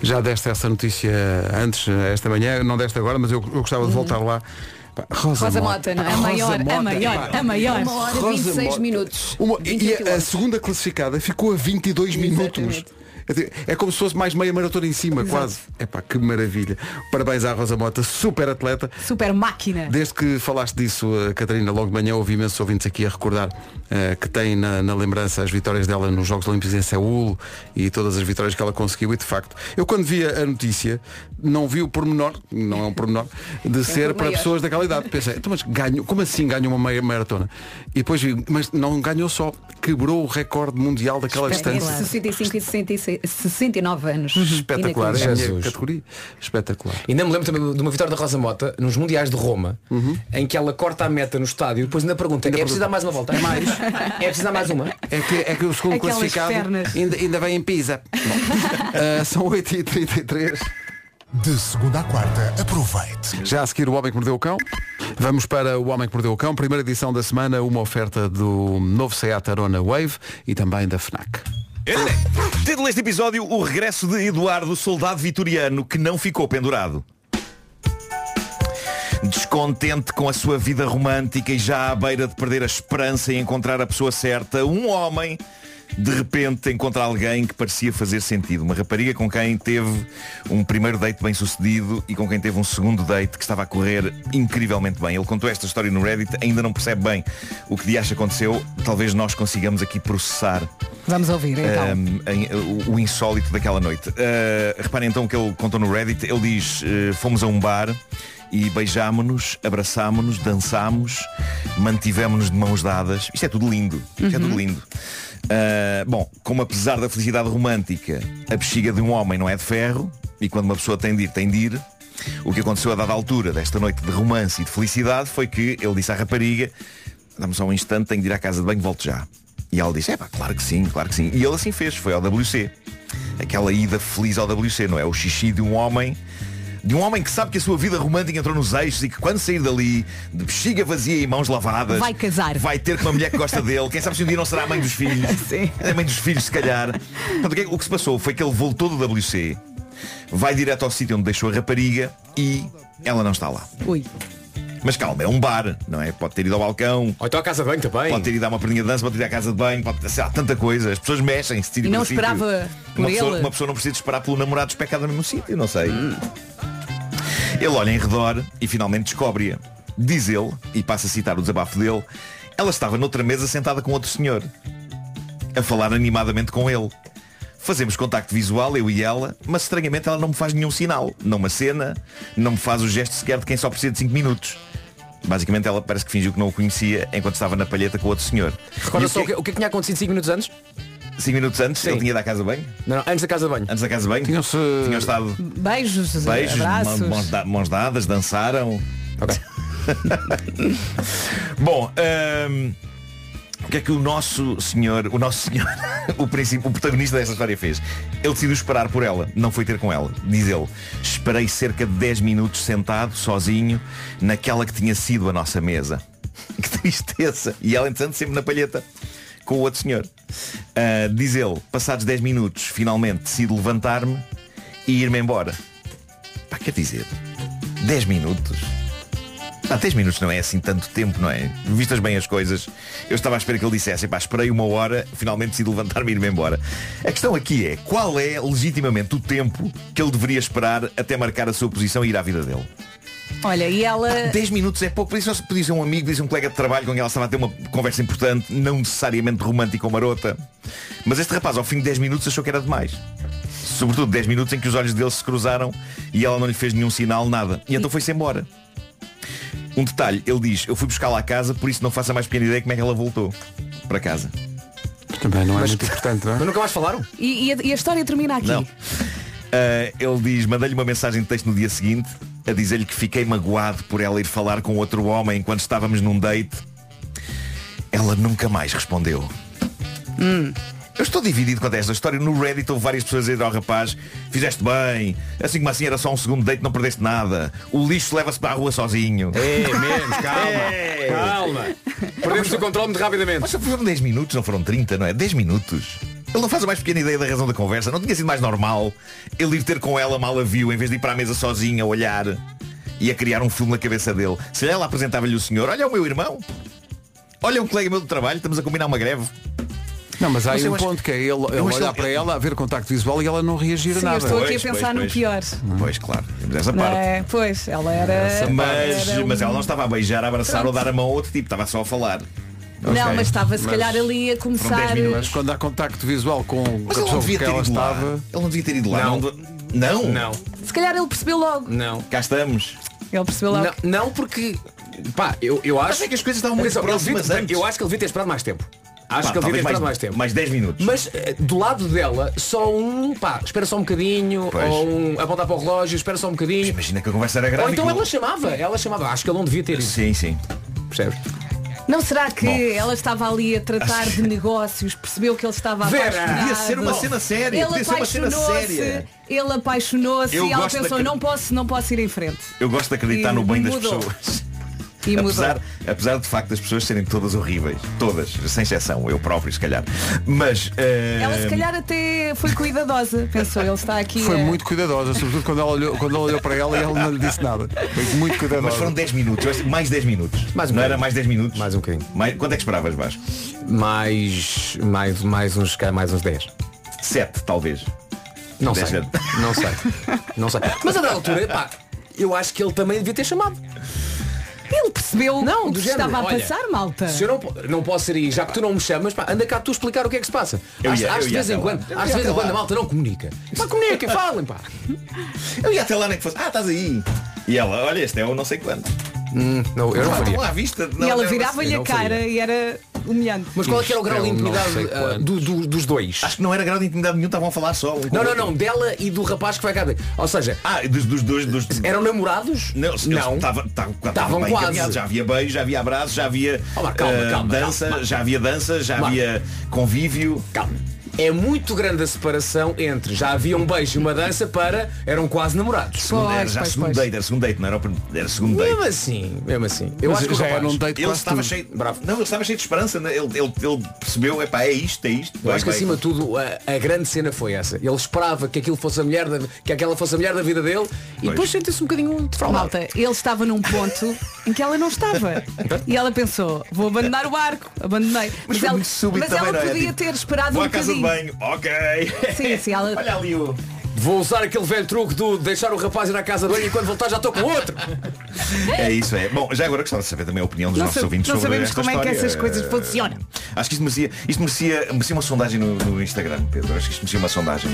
Já deste essa notícia antes, eh, esta manhã, não desta agora, mas eu, eu gostava de voltar lá. Pá, Rosa, Uhum. Rosa Mota, Mota, não é? pá, A maior, Rosa a Mota, maior, pá. a maior. Uma hora, Rosa 26 Mota. é- minutos. Uma- e 28 a, a segunda classificada ficou a 22 minutos. É ti- É como se fosse mais meia maratona em cima, Exato. quase. Epá, que maravilha. Parabéns à Rosa Mota, super atleta. Super máquina. Desde que falaste disso, eh, Catarina, logo de manhã houve imensos ouvintes aqui a recordar eh, que tem na, na lembrança as vitórias dela nos Jogos Olímpicos em Seul e todas as vitórias que ela conseguiu e de facto. Eu quando via a notícia, não vi o pormenor, não é um pormenor, de ser para maior. pessoas daquela idade. Pensei, então, mas ganho, como assim ganhou uma meia maratona? E depois vi, mas não ganhou só, quebrou o recorde mundial daquela distância. 65 e 66, 69 anos. Espetacular, é a minha Jesus. categoria. Espetacular. Ainda me lembro também de uma vitória da Rosa Mota nos Mundiais de Roma, Uhum. em que ela corta a meta no estádio e depois ainda pergunta, é preciso dar mais uma volta? É mais? é preciso dar mais uma? É que, é que o segundo Aquelas classificado pernas. ainda, ainda vem em Pisa. Bom, eh, são 8h33. De segunda à quarta, aproveite. Já a seguir o Homem que Mordeu o Cão. Vamos para o Homem que Mordeu o Cão, primeira edição da semana, uma oferta do novo Seat Arona Wave e também da FNAC. Título deste episódio, o regresso de Eduardo, soldado vitoriano que não ficou pendurado. Descontente com a sua vida romântica e já à beira de perder a esperança em encontrar a pessoa certa, um homem de repente encontra alguém que parecia fazer sentido. Uma rapariga com quem teve um primeiro date bem sucedido e com quem teve um segundo date que estava a correr incrivelmente bem. Ele contou esta história no Reddit, ainda não percebe bem o que de acha aconteceu. Talvez nós consigamos aqui processar Vamos ouvir então. Ehm, um, em- o- o insólito daquela noite. Uh, reparem então o que ele contou no Reddit. Ele diz, uh, fomos a um bar e beijámonos, abraçámonos, dançámos, mantivemos-nos de mãos dadas. Isto é tudo lindo. Isto é Uhum. tudo lindo. Uh, bom, como apesar da felicidade romântica, a bexiga de um homem não é de ferro, e quando uma pessoa tem de ir, tem de ir, o que aconteceu a dada altura desta noite de romance e de felicidade foi que ele disse à rapariga, dá-me só um instante, tenho de ir à casa de banho, volto já. E ela disse, é pá, claro que sim, claro que sim. E ele assim fez, foi ao WC. Aquela ida feliz ao WC, não é? O xixi de um homem, de um homem que sabe que a sua vida romântica entrou nos eixos e que quando sair dali, de bexiga vazia e mãos lavadas, Vai casar. vai ter com uma mulher que gosta dele. Quem sabe se um dia não será a mãe dos filhos. É a mãe dos filhos, se calhar. Portanto, o que é- o que se passou foi que ele voltou do WC, vai direto ao sítio onde deixou a rapariga e ela não está lá. Ui. Mas calma, é um bar, não é? Pode ter ido ao balcão. Ou então à casa de banho também. Pode ter ido a uma perninha de dança, pode ter ido à casa de banho, pode ter, sei lá, tanta coisa. As pessoas mexem-se. E tiram não para o sítio. esperava por uma ele. Pessoa, uma pessoa não precisa de esperar pelo namorado especado no mesmo sítio, não sei. Ele olha em redor e finalmente descobre-a. Diz ele, e passa a citar o desabafo dele, ela estava noutra mesa sentada com outro senhor. A falar animadamente com ele. Fazemos contacto visual, eu e ela, mas estranhamente ela não me faz nenhum sinal. Não me acena, não me faz o gesto sequer de quem só precisa de 5 minutos. Basicamente ela parece que fingiu que não o conhecia enquanto estava na palheta com outro senhor. Recorda só o que, o que é que tinha acontecido 5 minutos antes? 5 minutos antes, Sim. ele tinha ido à casa de banho? Não, não, antes da casa de banho. Antes da casa de banho? Tinham-se... Tinham estado Beijos, beijos, abraços. mão- mãos, da- mãos dadas, dançaram. Bom, hum, o que é que o nosso senhor, o nosso senhor, o, princípio, o protagonista desta história fez? Ele decidiu esperar por ela, não foi ter com ela. Diz ele, esperei cerca de 10 minutos sentado, sozinho, naquela que tinha sido a nossa mesa. Que tristeza. E ela, entretanto, sempre na palheta com o outro senhor. Ah, diz ele, passados 10 minutos, finalmente decido levantar-me e ir-me embora. Pá, quer dizer, 10 minutos? Há 10 minutos não é assim tanto tempo, não é? Vistas bem as coisas, eu estava à espera que ele dissesse, pá, esperei uma hora, finalmente decido levantar-me e ir-me embora. A questão aqui é, qual é legitimamente o tempo que ele deveria esperar até marcar a sua posição e ir à vida dele? Olha, e ela. 10 minutos é pouco, por isso podia ser um amigo, podia ser um colega de trabalho com quem ela estava a ter uma conversa importante, não necessariamente romântica ou marota. Mas este rapaz, ao fim de 10 minutos, achou que era demais. Sobretudo 10 minutos em que os olhos dele se cruzaram e ela não lhe fez nenhum sinal, nada. E então foi-se embora. Um detalhe, ele diz, eu fui buscá-la à casa, por isso não faço a mais pequena ideia como é que ela voltou para casa. Também não é muito importante, não é? Mas nunca mais falaram? E, e a, e a história termina aqui. Não. Ah, ele diz, mandei-lhe uma mensagem de texto no dia seguinte a dizer-lhe que fiquei magoado por ela ir falar com outro homem enquanto estávamos num date. Ela nunca mais respondeu. Eu estou dividido quanto a esta história. No Reddit houve várias pessoas a dizer ao rapaz Fizeste bem, assim como assim era só um segundo date, não perdeste nada. O lixo leva-se para a rua sozinho. É. É mesmo, calma, calma. Perdemos o controle muito rapidamente. Mas só foram 10 minutos, não foram 30, não é? 10 minutos. Ele não faz a mais pequena ideia da razão da conversa. Não tinha sido mais normal ele ir ter com ela, mal a viu, em vez de ir para a mesa sozinho a olhar e a criar um filme na cabeça dele. Se ela é apresentava-lhe o senhor, olha o meu irmão. Olha um colega meu do trabalho, estamos a combinar uma greve. Não, mas há aí eu um acho- ponto que é ele, ele eu acho olhar que para ela, haver contacto visual e ela não reagir a Sim, eu nada. estou aqui a pensar no pior. Pois, claro, temos essa Não parte. é? Pois, ela era. Mas, era um- mas ela não estava a beijar, a abraçar Pronto. ou dar a mão a outro tipo, estava só a falar. Não, mas estava se calhar ali a começar. Mas quando há contacto visual com a Mas ele não pessoa devia que ter ela ido lá. estava. Ele não devia ter ido lá. Não. Não. Não. Se calhar ele percebeu logo. Não. Cá estamos. Ele percebeu logo. Não, não porque. Pá, eu, eu acho. Mas é que as coisas estavam muito Atenção, ele devia- próximas antes. Eu acho que ele devia ter esperado mais tempo. Acho Pá, que ele devia ter talvez mais- esperado mais tempo. mais 10 minutos. Mas eh, do lado dela, só um. Pá, espera só um bocadinho. Pois. Ou um. Apontar para o relógio, espera só um bocadinho. Imagina que a conversa era grave. Ou e então que- ela chamava, ela chamava. Acho que ele não devia ter isso. Sim, sim. Percebes? Não será que Bom. ela estava ali a tratar de negócios, percebeu que ele estava Vera, apaixonado? podia ser uma cena séria, Ele podia ser uma cena apaixonou-se, séria. ele apaixonou-se Eu e ela gosto da pensou, cara- não posso, não posso ir em frente. Eu gosto de acreditar E no bem mudou. das pessoas. E mudou. Apesar, apesar de facto as pessoas serem todas horríveis. Todas, sem exceção, eu próprio se calhar. Mas. eh, Ela se calhar até foi cuidadosa, pensou, ele está aqui. Foi É. a- muito cuidadosa, sobretudo quando ela olhou, quando ela olhou para ela e ela não lhe disse nada. Foi muito cuidadosa. Mas foram 10 minutos, eu acho que mais 10 minutos. Mais um não bocadinho. era mais 10 minutos? Mais um bocadinho. Mais, quanto é que esperavas, Vasco? Mais. Mais, mais uns cá, mais uns 10. 7, talvez. Não Dez sei. anos. Não sei. Não sei. Mas a dada altura, pá, eu acho que ele também devia ter chamado. Ele percebeu Não, o do que género, estava a olha, passar, malta. Se eu não, po- não posso ir aí, já que tu não me chamas, pá, anda cá tu explicar o que é que se passa. Eu Acho ia- acho eu de ia vez até em lá. quando, Eu às ia tá vezes até em quando lá. a malta não comunica. Pá, comunica, falem, pá. Eu ia até lá na que fosse. Ah, estás aí. E ela, olha, este é o não sei quanto. não, eu não Ah, faria. lá à vista. e ela não, assim, virava-lhe não a cara faria. e era humilhante. Mas qual é que era o grau de Eu não intimidade sei ah, quantos. do, do- dos dois? Acho que não era grau de intimidade nenhum, estavam a falar só. um com Não, o não, outro. não, dela e do rapaz que vai cá dentro. Ou seja, Ah, dos, dos, dos, dos- eram namorados? Não, eles Não. estavam- estavam- Estavam estavam bem quase. encaminhados. Já havia beijo, já havia abraço, já havia Oh, Marco, calma, eh, calma, dança, calma, Marco. já havia dança, já Marco. havia convívio. Calma. É muito grande a separação entre já havia um beijo e uma dança para eram quase namorados. Segundo- era já segundo date, era segundo date, não era o primeiro. Era segundo date. Mesmo assim, mesmo assim. Eu acho que o rapaz- ele estava cheio, bravo. Não, ele estava cheio de esperança. né? Ele, ele, ele percebeu, epá, é isto, é isto. Eu acho que vai, acima de tudo a, a grande cena foi essa. Ele esperava que aquilo fosse a mulher da, que aquela fosse a mulher da vida dele e Pois. depois sentiu-se um bocadinho defraudado. Malta, ele estava num ponto em que ela não estava. E ela pensou, vou abandonar o barco. Abandonei. Mas foi ela, muito súbito mas também, ela não é? podia Tipo, ter esperado Vou um à casa de bocadinho. banho, ok. Sim, sim, ela- Olha ali o. Vou usar aquele velho truque do deixar o rapaz ir à casa bem e quando voltar já estou com outro. É isso, é. Bom, já agora gostava de saber também a opinião dos Não nossos sab- ouvintes não sobre sabemos esta como é que história. essas coisas funcionam. Acho que isto merecia, isto merecia, merecia uma sondagem no, no Instagram, Pedro. Acho que isto merecia uma sondagem.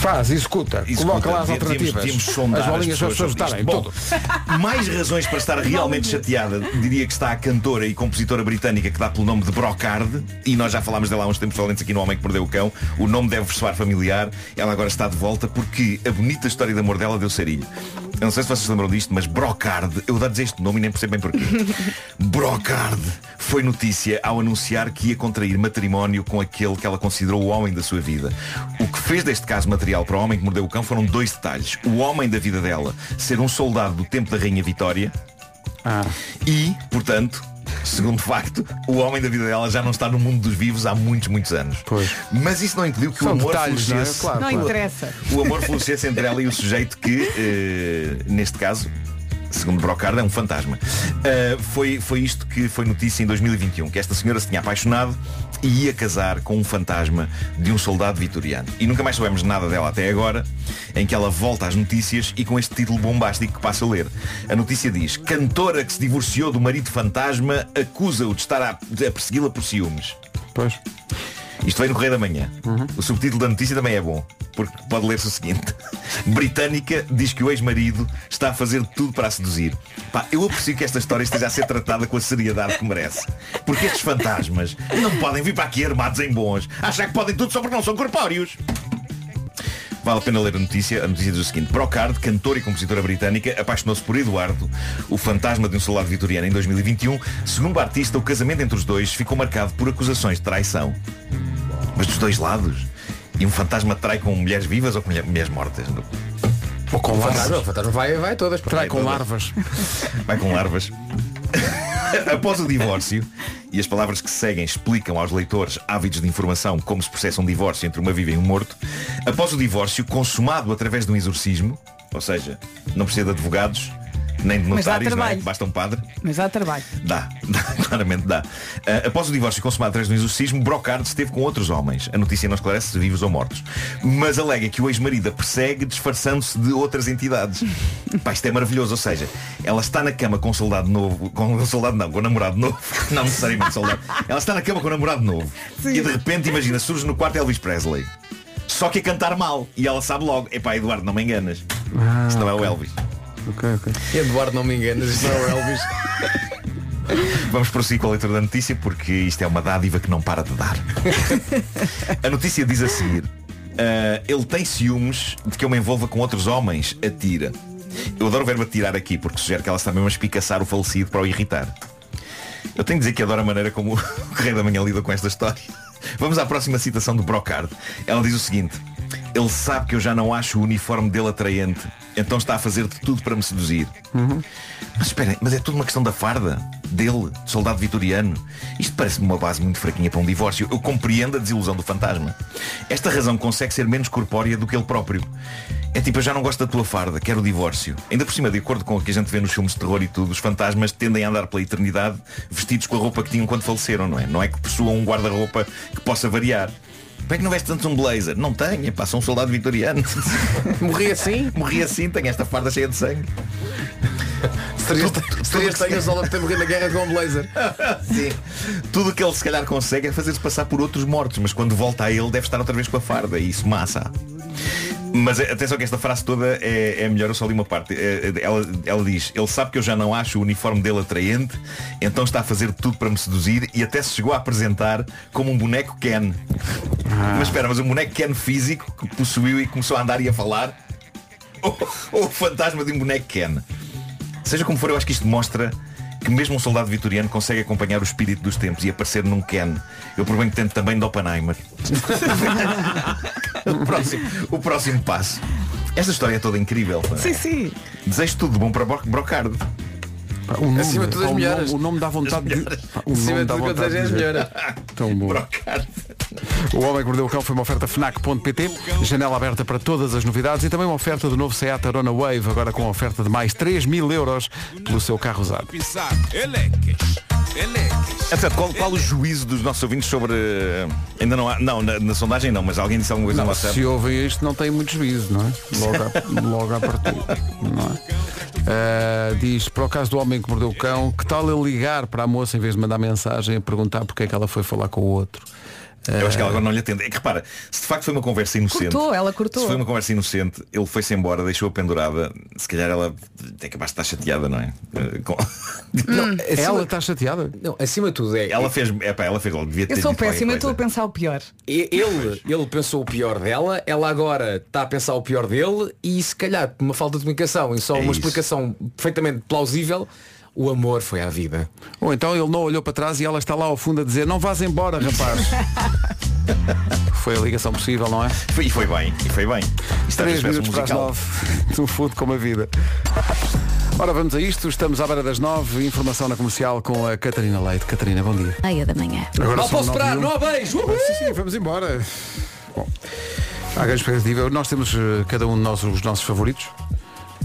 Faz, executa, Escuta, coloca lá as devíamos- alternativas. devíamos sondar as bolinhas para as pessoas sobre votarem. isto. tudo. Bom, mais razões para estar realmente chateada diria que está a cantora e compositora britânica que dá pelo nome de Brocard e nós já falámos dela há uns tempos valentes aqui no Homem que Mordeu o Cão o nome deve vos soar familiar ela agora está de volta porque a bonita história de amor dela deu sarilho eu não sei se vocês se lembram disto, mas Brocard, eu vou dizer este nome e nem percebo bem porquê. Brocard foi notícia ao anunciar que ia contrair matrimónio com aquele que ela considerou o homem da sua vida. O que fez deste caso material para o homem que mordeu o cão foram dois detalhes. O homem da vida dela ser um soldado do tempo da Rainha Vitória Ah. e, portanto, segundo facto, o homem da vida dela já não está no mundo dos vivos há muitos, muitos anos. Mas isso não impediu que o São amor detalhes, não é? florescesse Claro, Não claro. interessa. o amor florescesse entre ela e o sujeito que, eh, neste caso, segundo Brocard, é um fantasma. Eh, foi, foi isto que foi notícia em 2021, que esta senhora se tinha apaixonado e ia casar com um fantasma de um soldado vitoriano. E nunca mais soubemos nada dela até agora, em que ela volta às notícias e com este título bombástico que passo a ler. A notícia diz, cantora que se divorciou do marido fantasma acusa-o de estar a, a persegui-la por ciúmes. Pois. Isto vem no Correio da Manhã. O subtítulo da notícia também é bom, porque pode ler-se o seguinte. Britânica diz que o ex-marido está a fazer tudo para a seduzir. Pá, eu aprecio que esta história esteja a ser tratada com a seriedade que merece. Porque estes fantasmas não podem vir para aqui armados em bons, achar que podem tudo só porque não são corpóreos. Vale a pena ler a notícia. A notícia diz o seguinte. Brocard, cantora e compositora britânica, apaixonou-se por Eduardo, o fantasma de um soldado vitoriano, em 2021. Segundo o artista, o casamento entre os dois ficou marcado por acusações de traição. Mas dos dois lados? E um fantasma trai com mulheres vivas ou com mulher- mulheres mortas? Ou com O larvas. fantasma, o fantasma vai, vai todas. pá. Trai com larvas. Vai com larvas. Após o divórcio, e as palavras que seguem explicam aos leitores ávidos de informação como se processa um divórcio entre uma viva e um morto, após o divórcio, consumado através de um exorcismo, ou seja, não precisa de advogados, nem de Mas dá notários, não é? trabalho. basta um padre. Mas dá trabalho. Dá, dá, claramente dá. Ah, após o divórcio consumado através do exorcismo, Brocard esteve com outros homens. A notícia não esclarece se vivos ou mortos. Mas alega que o ex-marido a persegue disfarçando-se de outras entidades. Pá, isto é maravilhoso. Ou seja, ela está na cama com um soldado novo. Com um soldado não, com um namorado novo. Não necessariamente soldado. Ela está na cama com um namorado novo. E de repente, imagina, surge no quarto Elvis Presley. Só que a cantar mal. E ela sabe logo. Epá, Eduardo, não me enganas. Ah, Isto não é o Elvis. Eduardo, não me enganas, isto não é o Elvis. Vamos prosseguir com a leitura da notícia porque isto é uma dádiva que não para de dar. a notícia diz a seguir. "Ah, ele tem ciúmes de que eu me envolva com outros homens. Atira. Eu adoro o verbo atirar aqui porque sugere que ela está mesmo a espicaçar o falecido para o irritar. Eu tenho de dizer que adoro a maneira como o Correio da Manhã lida com esta história. Vamos à próxima citação do Brocard. Ela diz o seguinte. Ele sabe que eu já não acho o uniforme dele atraente. Então está a fazer de tudo para me seduzir. Mas esperem, mas é tudo uma questão da farda dele, de soldado vitoriano. Isto parece-me uma base muito fraquinha para um divórcio. Eu compreendo a desilusão do fantasma. Esta razão consegue ser menos corpórea do que ele próprio. É tipo, eu já não gosto da tua farda, quero o divórcio. Ainda por cima, de acordo com o que a gente vê nos filmes de terror e tudo, os fantasmas tendem a andar pela eternidade vestidos com a roupa que tinham quando faleceram, não é? Não é que possuam um guarda-roupa que possa variar. Como é que não veste tanto um blazer? Não tenho, pá, sou um soldado vitoriano. Morri assim? Morri assim, tenho esta farda cheia de sangue. Serias tenhas ao ter morrido na guerra com um blazer. Sim. Tudo o que ele se calhar consegue é fazer-se passar por outros mortos, mas quando volta a ele deve estar outra vez com a farda e isso massa. Mas eh, atenção que esta frase toda é, é melhor, eu só li uma parte. Eh, eh, Ela, ela diz, ele sabe que eu já não acho o uniforme dele atraente, então está a fazer tudo para me seduzir e até se chegou a apresentar como um boneco Ken. Mas espera, mas um boneco Ken físico que possuiu e começou a andar e a falar? Ou, ou o fantasma de um boneco Ken? Seja como for, eu acho que isto mostra que mesmo um soldado vitoriano consegue acompanhar o espírito dos tempos e aparecer num Ken. Eu por bem que tento também de Oppenheimer. o, próximo, o próximo passo. Esta história é toda incrível. não é? Sim, sim. Desejo tudo de bom para Bro- Brocard. O nome, Acima de tudo, as pá, o melhoras. nome, o nome dá vontade de. pá, O Acima nome de dá tudo, vontade de quantas dizer. é as Tão bom. O Homem que Mordeu o Cão foi uma oferta FNAC.pt Janela aberta para todas as novidades E também uma oferta do novo Seat Arona Wave Agora com oferta de mais 3 mil euros Pelo seu carro usado Entretanto, qual, qual o juízo dos nossos ouvintes sobre. eh, Ainda não há. Não, na, na sondagem não, mas alguém disse alguma coisa no não, WhatsApp? Se ouvem isto não tem muito juízo não é? Logo, a, logo à partida não é? Ah, diz, para o caso do homem que mordeu o cão Que tal eu ligar para a moça Em vez de mandar mensagem a perguntar porque é que ela foi falar com o outro Eu acho que ela agora não lhe atende. É que repara, se de facto foi uma conversa inocente. Ah. Cortou, ela cortou. Se foi uma conversa inocente, ele foi-se embora, deixou-a pendurada, se calhar ela é capaz de estar chateada, não é? Eh, com- Ela está chateada? Hum. Não, acima de tudo é. Ela fez. É pá, ela fez, ela devia ter Eu sou dito qualquer péssima, eu coisa. estou a pensar o pior. E- Ele, ele pensou o pior dela, ela agora está a pensar o pior dele e se calhar por uma falta de comunicação e só É uma isso. explicação perfeitamente plausível, o amor foi à vida. Ou então ele não olhou para trás e ela está lá ao fundo a dizer Não vás embora rapaz Foi a ligação possível, não é? Foi, e foi bem, e foi bem. Isto às 3 vezes parece um minutos para as musical. 9 No fundo como a vida Ora, vamos a isto, estamos à beira das 9 Informação na comercial com a Catarina Leite Catarina, bom dia Meia da manhã. Agora Mal são posso esperar, 9 e um. não há beijo! Uhul! Sim, sim, vamos embora Bom, há grande expectativa Nós temos eh, cada um de nós os nossos favoritos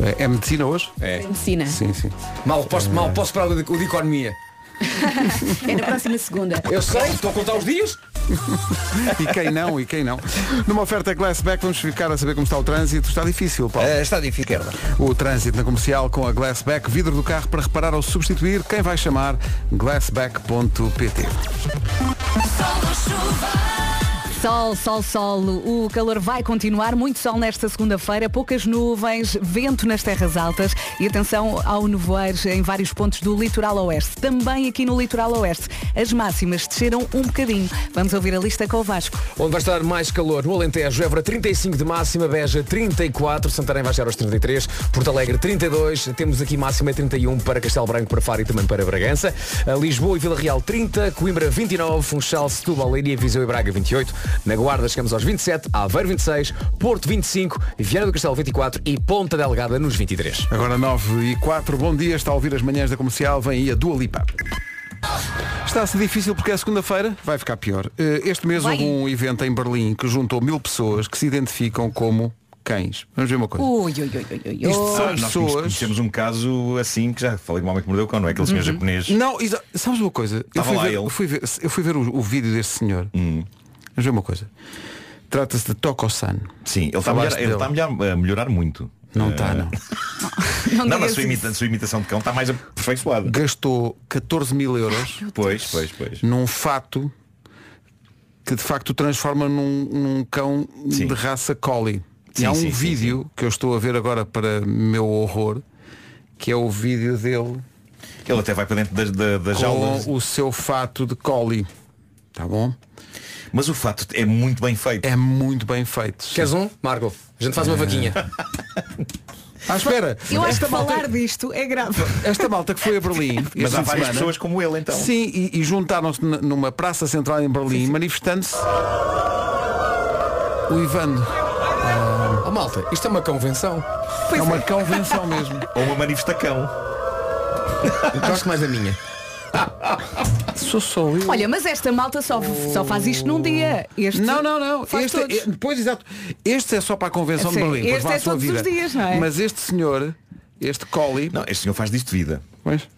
Eh, É medicina hoje? É. Medicina. Sim, sim Mal posso, mal posso esperar o de, o de economia. É na próxima segunda. Eu sei, estou a contar os dias. E quem não, e quem não. Numa oferta Glassback, vamos ficar a saber como está o trânsito. Está difícil, Paulo. Eh, está difícil. O trânsito na comercial com a Glassback, vidro do carro para reparar ou substituir. Quem vai chamar? Glassback.pt. Sol, sol, sol. O calor vai continuar. Muito sol nesta segunda-feira. Poucas nuvens, vento nas terras altas. E atenção ao nevoeiro em vários pontos do litoral oeste. Também aqui no litoral oeste. As máximas desceram um bocadinho. Vamos ouvir a lista com o Vasco. Onde vai estar mais calor? No Alentejo, Évora 35 de máxima, Beja 34, Santarém vai chegar aos 33, Porto Alegre 32, temos aqui máxima 31 para Castelo Branco, para Faro e também para Bragança, A Lisboa e Vila Real 30, Coimbra 29, Funchal, Setúbal, Leiria, Viseu e Braga 28, na Guarda chegamos aos 27, Aveiro 26, Porto 25, Viana do Castelo 24 e Ponta Delgada nos 23. Agora 9 e 4. Bom dia, está a ouvir as manhãs da comercial. Vem aí a Dua Lipa. Está-se difícil porque é segunda-feira, vai ficar pior. Eh, Este mês Vai. houve um evento em Berlim que juntou mil pessoas que se identificam como cães. Vamos ver uma coisa. Ui, ui, ui, ui, ui. Isto são Ah, nós pessoas- Conhecemos um caso assim que já falei do homem que mordeu o cão, não é? Aquele senhor Uhum. japonês. Não, exa- sabes uma coisa? Eu Estava fui, lá ver, ele. Hum. eu fui ver, eu fui ver o, o vídeo deste senhor. Vamos ver uma coisa. Trata-se de Toko-san. Sim, ele está a melhorar, ele está a melhorar, a melhorar muito. Não Eh. está, não. Oh, Não, digas na sua, assim. imita- na sua imitação de cão está mais aperfeiçoado. Gastou 14 mil euros Pois, pois, pois. num fato que de facto o transforma num, num cão de raça collie. e Sim, há um sim, sim, vídeo que eu estou a ver agora para meu horror, que é o vídeo dele Ele até vai para dentro das, da- das com jaulas. o seu fato de collie. Tá bom? Mas o fato é muito bem feito. É muito bem feito. sim. Queres um? Marco, a gente faz uma É. vaquinha. Ah, espera. Eu acho Esta que malta- falar disto é grave. Esta malta que foi a Berlim. Mas este fim há de várias semana. pessoas como ele, então. Sim, e, e juntaram-se n- numa praça central em Berlim, manifestando-se. O Ivando. Oh, malta, isto é uma convenção. é uma convenção mesmo. Ou uma manifestacão. Gosto mais da minha. Sou só eu. Olha, mas esta malta só, só faz isto num dia. Este Não, não, não. Faz Este, todos. é- pois exato. Este é só para a convenção Sim, de Berlim. pois este vá à é sua todos vida. os dias, não é? Mas este senhor, este collie. Não, este senhor faz disto vida. Pois.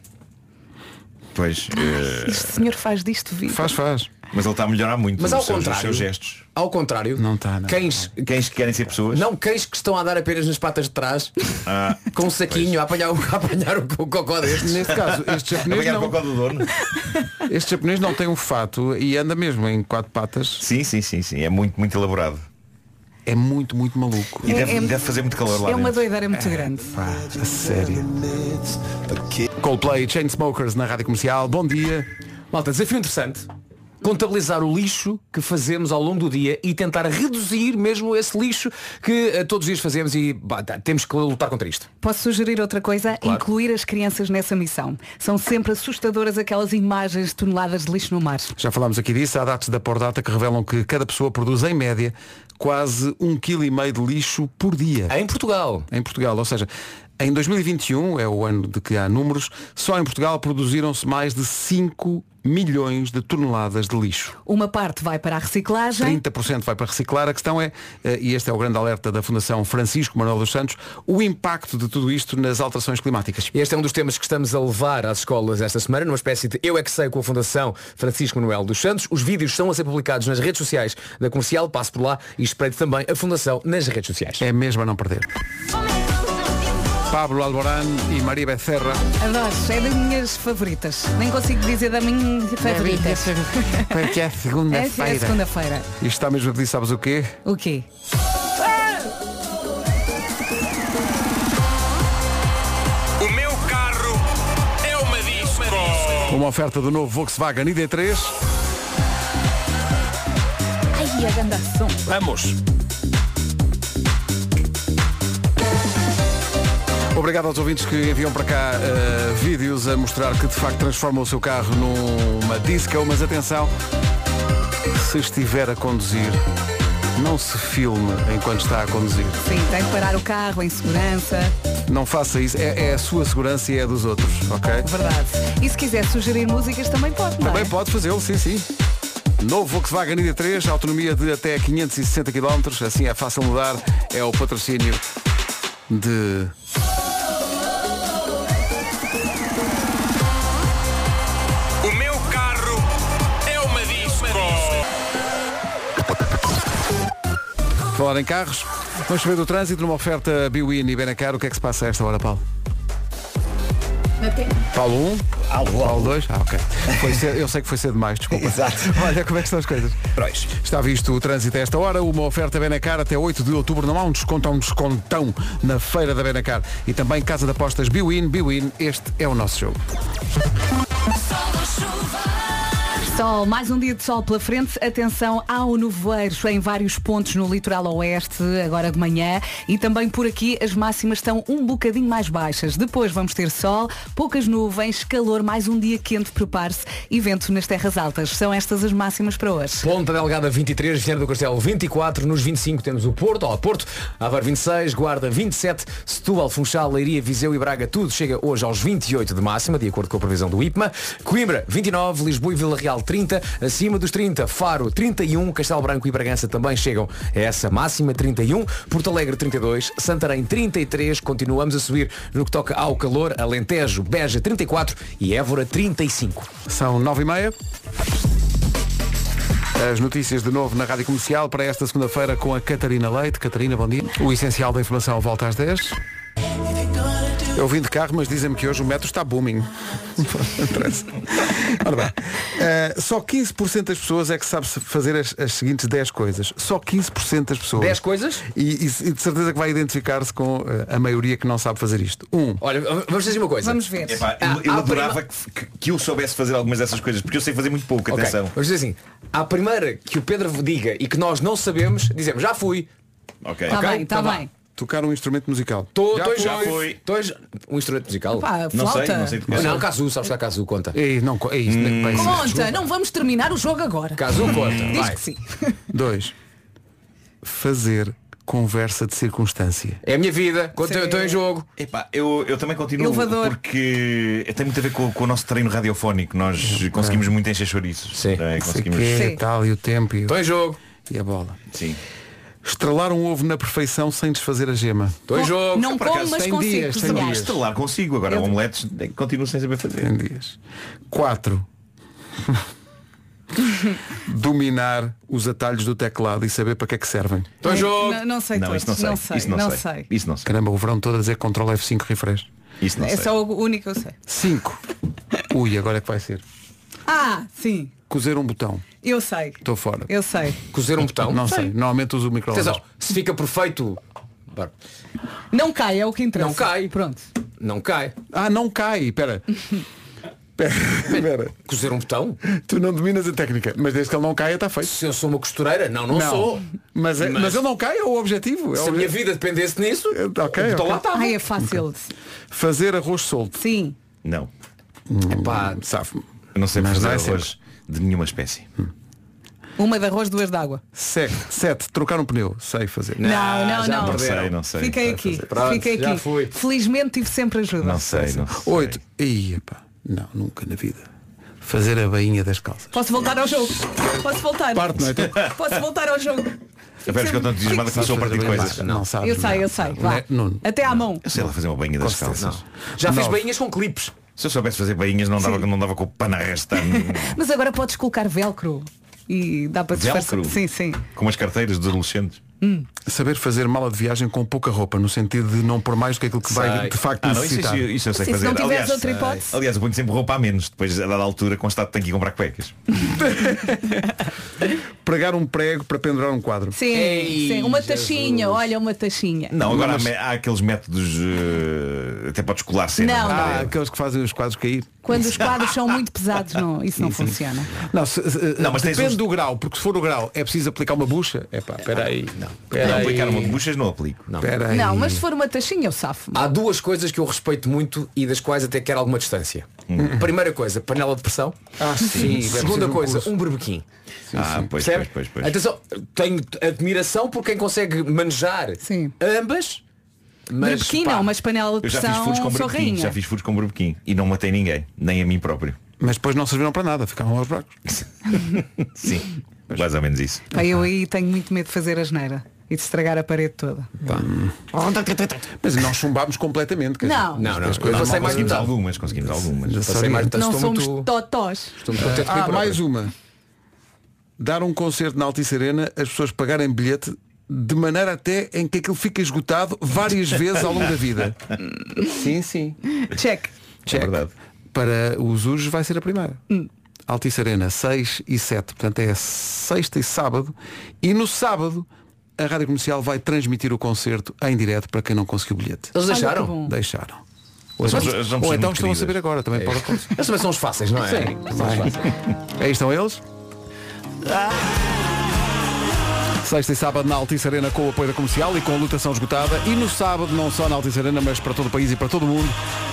Pois. eh, Este senhor faz disto vida. faz. Mas ele está a melhorar muito Mas nos ao seus, nos contrário, seus gestos. ao contrário, não está, não. Cães, cães que querem ser pessoas. Não, cães que estão a dar apenas nas patas de trás, Ah, com um saquinho, a apanhar, o, a apanhar o, co- o cocó destes. um Neste caso, este japonês Apanhar o não. cocó do dono. Este japonês não tem um fato e anda mesmo em quatro patas. Sim, sim, sim, sim. É muito, muito elaborado. É muito, muito maluco. E deve, deve fazer muito calor lá É uma dentro. doideira muito grande. Pá, Ah, a sério. Coldplay, Chainsmokers na Rádio Comercial. Bom dia. Malta, desafio interessante. Contabilizar o lixo que fazemos ao longo do dia e tentar reduzir mesmo esse lixo que eh, todos os dias fazemos e bah, tá, temos que lutar contra isto. Posso sugerir outra coisa? Claro. Incluir as crianças nessa missão. São sempre assustadoras aquelas imagens de toneladas de lixo no mar. Já falámos aqui disso, há dados da Pordata que revelam que cada pessoa produz em média quase um quilo e meio de lixo por dia. Ah, Em Portugal. Em Portugal, ou seja, em 2021, é o ano de que há números, só em Portugal produziram-se mais de 5 milhões de toneladas de lixo. Uma parte vai para a reciclagem. 30% vai para reciclar. A questão é, eh, e este é o grande alerta da Fundação Francisco Manuel dos Santos, o impacto de tudo isto nas alterações climáticas. Este é um dos temas que estamos a levar às escolas esta semana, numa espécie de Eu é que sei com a Fundação Francisco Manuel dos Santos. Os vídeos estão a ser publicados nas redes sociais da comercial, passe por lá e espreite também a Fundação nas redes sociais. É mesmo a não perder. Pablo Alborán e Maria Becerra. Adoro, é das minhas favoritas. Nem consigo dizer da minha favorita. Porque é É, segunda-feira. é segunda-feira. Isto está mesmo a pedir, sabes o quê? O quê? O meu carro é uma disco. Uma oferta do novo Volkswagen ID3. Ai, a ganda som. Vamos! Obrigado aos ouvintes que enviam para cá eh, vídeos a mostrar que de facto transformam o seu carro numa disco, mas atenção, se estiver a conduzir, não se filme enquanto está a conduzir. Sim, tem que parar o carro em segurança. Não faça isso, é, é a sua segurança e é a dos outros, ok? Verdade. E se quiser sugerir músicas também pode, não é? Também pode fazê-lo, sim, sim. Novo Volkswagen ID3, autonomia de até 560 km, assim é fácil mudar, é o patrocínio de... O meu carro é uma disco. Falar em carros, vamos saber do trânsito numa oferta Biwin e Benacar, o que é que se passa a esta hora, Paulo? Paulo 1? Paulo 2? Ah, ok. Foi cedo- eu sei que foi cedo demais, desculpa. Exato. Olha como é que estão as coisas. Está visto o trânsito a esta hora, uma oferta Benacar até 8 de outubro. Não há um desconto, há um descontão na feira da Benacar. E também Casa de Apostas Biwin, Biwin, este é o nosso jogo. Sol, mais um dia de sol pela frente. Atenção ao nevoeiro em vários pontos no litoral oeste, agora de manhã. E também por aqui as máximas estão um bocadinho mais baixas. Depois vamos ter sol, poucas nuvens, calor, mais um dia quente, prepare-se. E vento nas terras altas. São estas as máximas para hoje. Ponta Delgada 23, Viana do Castelo 24, nos 25 temos o Porto, ó, Porto, Aveiro 26, Guarda 27, Setúbal, Funchal, Leiria, Viseu e Braga, tudo chega hoje aos 28 de máxima, de acordo com a previsão do IPMA, Coimbra 29, Lisboa e Vila Real 30, acima dos 30, Faro 31, Castelo Branco e Bragança também chegam a essa máxima 31, Porto Alegre 32, Santarém 33, continuamos a subir no que toca ao calor, Alentejo, Beja 34 e Évora 35. São 9 e meia. As notícias de novo na Rádio Comercial para esta segunda-feira com a Catarina Leite. Catarina, bom dia. O essencial da informação volta às 10. Eu vim de carro, mas dizem-me que hoje o metro está booming. Não interessa. Ora bem, eh, só 15% das pessoas é que sabe se fazer as, as seguintes 10 coisas. Só 15% das pessoas. 10 coisas? E, e- e de certeza que vai identificar-se com eh, a maioria que não sabe fazer isto. Um. Olha, vamos dizer uma coisa. Vamos ver. Epá, Ah, eu eu à adorava que- que, que eu soubesse fazer algumas dessas coisas, porque eu sei fazer muito pouco, Ok, atenção. Vamos dizer assim, à primeira que o Pedro diga e que nós não sabemos, dizemos já fui. Ok. Tá bem, então tá bem. Tocar um instrumento musical. Tô, Já tô- fui. já fui. Tô- um instrumento musical. tá Pá, Não flauta. sei, não sei tocar. é. Não, Casu, sabes que Casu conta. Ei, não, é isso. Conta, não vamos terminar o jogo agora. Caso conta, Diz vai. que sim. Dois. Fazer conversa de circunstância. É a minha vida, quando eu estou em jogo. Epá, eu, eu também continuo Elevador. porque tem muito a ver com, com o nosso treino radiofónico. Nós conseguimos muito encher chouriços. Sim. conseguimos... Que é, tal e o tempo e, o- Estou em jogo. e a bola. Sim. Estrelar um ovo na perfeição sem desfazer a gema. Estou em jogo. não Por como, acaso, mas tem consigo, dias, tem sim. dias. Estelar consigo. Agora Eu- omeletes continuo sem saber fazer. Tem dias. Quatro. Dominar os atalhos do teclado e saber para que é que servem. Estou em jogo. Não- não sei Não, todos, isso não sei, Então, não sei, isso não não sei, sei. Isso não sei. Caramba, o verão todo a dizer Ctrl F5 refresh. Isso é só o único que eu sei. 5. Ui, agora é que vai ser. Ah, sim, Cozer um botão. eu sei. Estou fora. Eu sei. Cozer um botão? Não sei. Normalmente uso o microondas. Atenção, se fica perfeito, bora. Não cai, é o que interessa. Não cai. Pronto. não cai. Ah, não cai. Espera. Espera. Cozer um botão? Tu não dominas a técnica, mas desde que ele não caia está feito. Se eu sou uma costureira, não, não, sou. Mas, é- mas... ele não cai, é o objetivo. É Se o a minha obje- vida dependesse nisso, Tá, ok, então ok. lá estava. Ai, é fácil. Fazer arroz solto. Sim. Não. Epá, sabe. Eu não sei Mas fazer dá arroz de nenhuma espécie. Uma de arroz, duas de água. Sete, sete, trocar um pneu. Sei fazer. Não, não, não. Não sei, não sei. Fiquei aqui. Pronto, Fiquei já aqui. fui. Felizmente tive sempre ajuda. Não sei, não Oito. Ih, epá. Não, nunca na vida. Fazer a bainha das calças. Posso voltar ao jogo? Posso voltar? Parte, não é? Então- Posso voltar ao jogo? Espera que eu estou desmada que começou a partir de coisas. Não sabes. Eu sei, eu sei. é? Vá. Até à mão. Eu sei lá fazer uma bainha das Com certeza. calças. Já fiz Nove. bainhas com clipes. Se eu soubesse fazer bainhas não dava, não dava com o pano a arrastar Mas agora podes colocar velcro. E dá para disfarçar. Velcro? Sim, sim. com as carteiras dos adolescentes. Saber fazer mala de viagem com pouca roupa, no sentido de não pôr mais do que aquilo que vai Sei. de facto Ah, não, isso, necessitar. isso- isso eu sei Sim, se fazer. não tiveres aliás, outra hipótese. aliás, eu ponho sempre roupa a menos. Depois, a dada altura, constato que tenho que ir comprar cuecas. Pregar um prego para pendurar um quadro. Sim, sim. Uma taxinha, olha, uma taxinha. Não, agora Mas- há, me- há aqueles métodos. eh, até podes colar cenas. é? Não, Ah, não. aqueles que fazem os quadros cair. Quando os quadros são muito pesados, não, isso não funciona. Não, se- se- Não, mas tens depende uns- do grau, porque se for o grau é preciso aplicar uma bucha. É pá, peraí. Não, Não, aplicar um uma de buchas não aplico. Peraí. Não, mas se for uma taxinha eu safo. Há duas coisas que eu respeito muito e das quais até quero alguma distância. Primeira coisa, panela de pressão. Ah, sim. é Segunda coisa, um berbequim. Ah, pois, Percebe? pois, pois, pois. Então, Atenção, tenho admiração por quem consegue manejar Sim. ambas. Mas, Berbequim pá, não, mas panela de Eu já fiz pressão furos com sou burbequim. Já rainha. fiz furos com burbequim. E não matei ninguém. Nem a mim próprio. Mas depois não serviram para nada, ficaram aos buracos. Sim. Mais ou menos isso. Pá, eu aí tenho muito medo de fazer asneira e de estragar a parede toda. Hum. Mas nós chumbámos completamente. quer dizer, Não. Não, não, as eu passei mais Conseguimos metade. algumas, conseguimos algumas. Passei mais Então, metade. não Estou somos muito, totós. estou muito contente Ah, comigo mais um. próprio. uma. Dar um concerto na Altice Arena, as pessoas pagarem bilhete de maneira até em que aquilo fica esgotado várias vezes ao longo da vida. Sim, sim. Check. É Check. verdade. Para os Ujos vai ser a primeira. Hum. Altice Arena 6 e 7, portanto é sexta e sábado. E no sábado a Rádio Comercial vai transmitir o concerto em direto para quem não conseguiu bilhete. Eles que bom. deixaram? Deixaram. Ou, então- As pessoas- as pessoas ou são então muito estão a saber queridas. agora, também pode acontecer. As também são os fáceis, não é? Sim. São os fáceis. Aí estão eles. Sexta e sábado na Altice Arena com o apoio da comercial e com a lutação esgotada. E no sábado, não só na Altice Arena, mas para todo o país e para todo o mundo,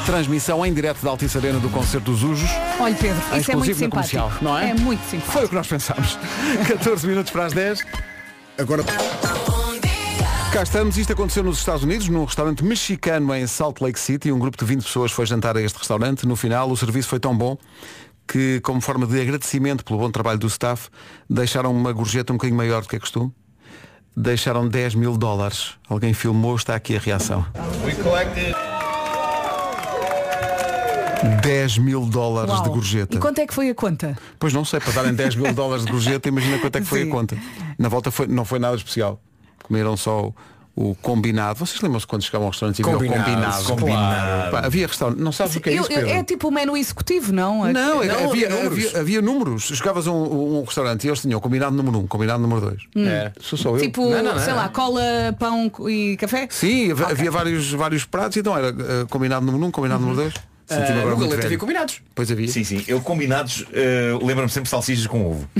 transmissão em direto da Altice Arena do concerto dos Ujos. Olha Pedro, em isso é muito exclusivo Ah, na simpático. comercial, não é? É muito simpático. Foi o que nós pensámos. 14 minutos para as 10. Agora. Cá estamos, isto aconteceu nos Estados Unidos, num restaurante mexicano em Salt Lake City. Um grupo de 20 pessoas foi jantar a este restaurante. No final, o serviço foi tão bom que, como forma de agradecimento pelo bom trabalho do staff, deixaram uma gorjeta um bocadinho maior do que é costume. Deixaram 10 mil dólares. Alguém filmou, está aqui a reação. We collected 10 mil dólares Uau. de gorjeta. E quanto é que foi a conta? Pois não sei, para darem 10 mil dólares de gorjeta, imagina quanto é que foi Sim. a conta. Na volta foi, não foi nada especial. Comeram só o, o combinado. Vocês lembram-se quando chegavam ao restaurante e viam Combinado, combinado? combinado. Pá, havia restaurante. Não sabes o que é Eu- isso, eu- Pedro? é tipo o menu executivo, não? Não, É- havia, havia, havia- havia números. Chegavas a um, um restaurante e eles tinham combinado número 1, um, combinado número 2. Hum. Sou só eu. Tipo, sei lá, cola, pão e café? Sim, havia havia vários, vários pratos, então era eh, combinado número 1, um, combinado Uhum. número 2. Ah, no Galete havia combinados. Pois havia. Sim, sim. Eu combinados eh, lembro-me sempre de salsichas com ovo.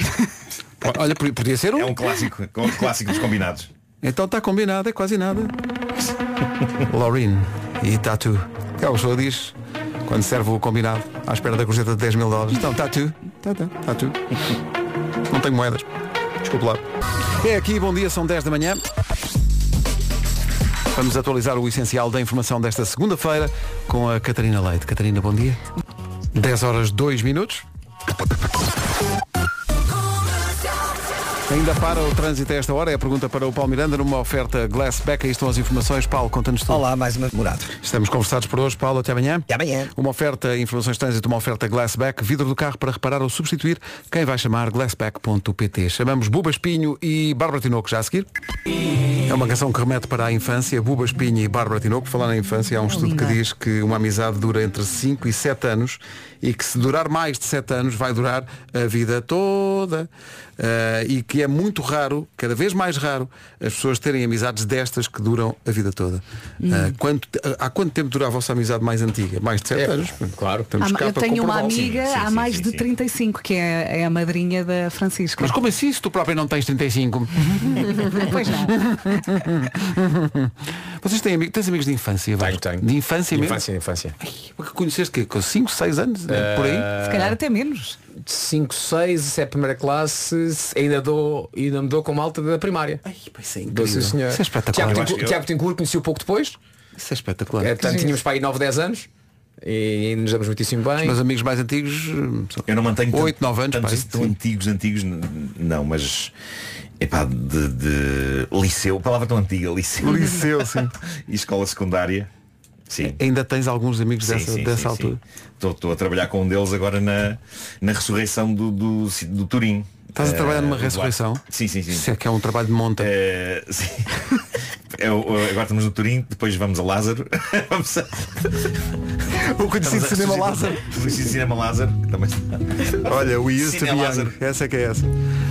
Olha, podia ser um. É um clássico, um clássico dos combinados. Então está combinado, é quase nada. Lauren e Tatu. Que é o que pessoa diz quando serve o combinado à espera da gorjeta de 10 mil dólares. Então Tatu, Tatu, Tatu. Não tenho moedas. Desculpe lá. É aqui, bom dia, são 10 da manhã. Vamos atualizar o essencial da informação desta segunda-feira com a Catarina Leite. Catarina, bom dia. 10 horas 2 minutos. Ainda para o trânsito a esta hora, é a pergunta para o Paulo Miranda numa oferta Glassback. Aí estão as informações. Paulo, conta-nos tudo. Olá, mais uma morada. Estamos conversados por hoje. Paulo, até amanhã. Até amanhã. Uma oferta, informações de trânsito, uma oferta Glassback. Vidro do carro para reparar ou substituir. Quem vai chamar? Glassback.pt. Chamamos Buba Espinho e Bárbara Tinoco já a seguir. É uma canção que remete para a infância. Buba Espinho e Bárbara Tinoco. Falar na infância, há um estudo que diz que uma amizade dura entre 5 e 7 anos e que se durar mais de 7 anos vai durar a vida toda. Ah, e que é muito raro, cada vez mais raro, as pessoas terem amizades destas que duram a vida toda. Ah, quanto- há quanto tempo dura a vovossa amizade mais antiga? Mais de 7 anos? Claro. Ah, eu tenho uma amiga há mais de 35, que é, é a madrinha da Francisca. Mas como assim se tu própria não tens 35? pois não. Vocês têm amigos, tens amigos de infância? Tenho, tenho. De infância mesmo? Infância, infância. Que conheceste que com 5, 6 anos, né? por Eh, aí? Se calhar até menos. 5, 6, isso é primeira classe, se- ainda, dou, ainda me dou com malta da primária. Ai, isso é Sim, senhor. Isso é espetacular. Tiago Tincur- Tiago Tincur conheci-o pouco depois. Isso é espetacular. É, portanto, tínhamos para aí 9, 10 anos. E nos damos muitíssimo bem. Os meus amigos mais antigos. hum, Eu não mantenho 8, 9 anos, tantos pai, tão sim. antigos, antigos, n- não, mas epá, de, de liceu, palavra tão antiga, liceu. Liceu, sim. e escola secundária. Sim. Ainda tens alguns amigos Sim, dessa, sim, dessa sim, altura? sim. Estou estou a trabalhar com um deles agora na, na ressurreição do, do, do Turim. Estás a Eh, trabalhar numa do ressurreição? Duarte. Sim, sim, sim. Isso é que é um trabalho de monta. Eh, sim. É o- o- agora estamos no Turim, depois vamos a Lázaro. vamos a... O conhecido Estamos a cinema ressuscitar- Lázaro. O conhecido cinema Lázaro. que também está- Olha, we used to Cinema be young. Lázaro. Essa é que é essa.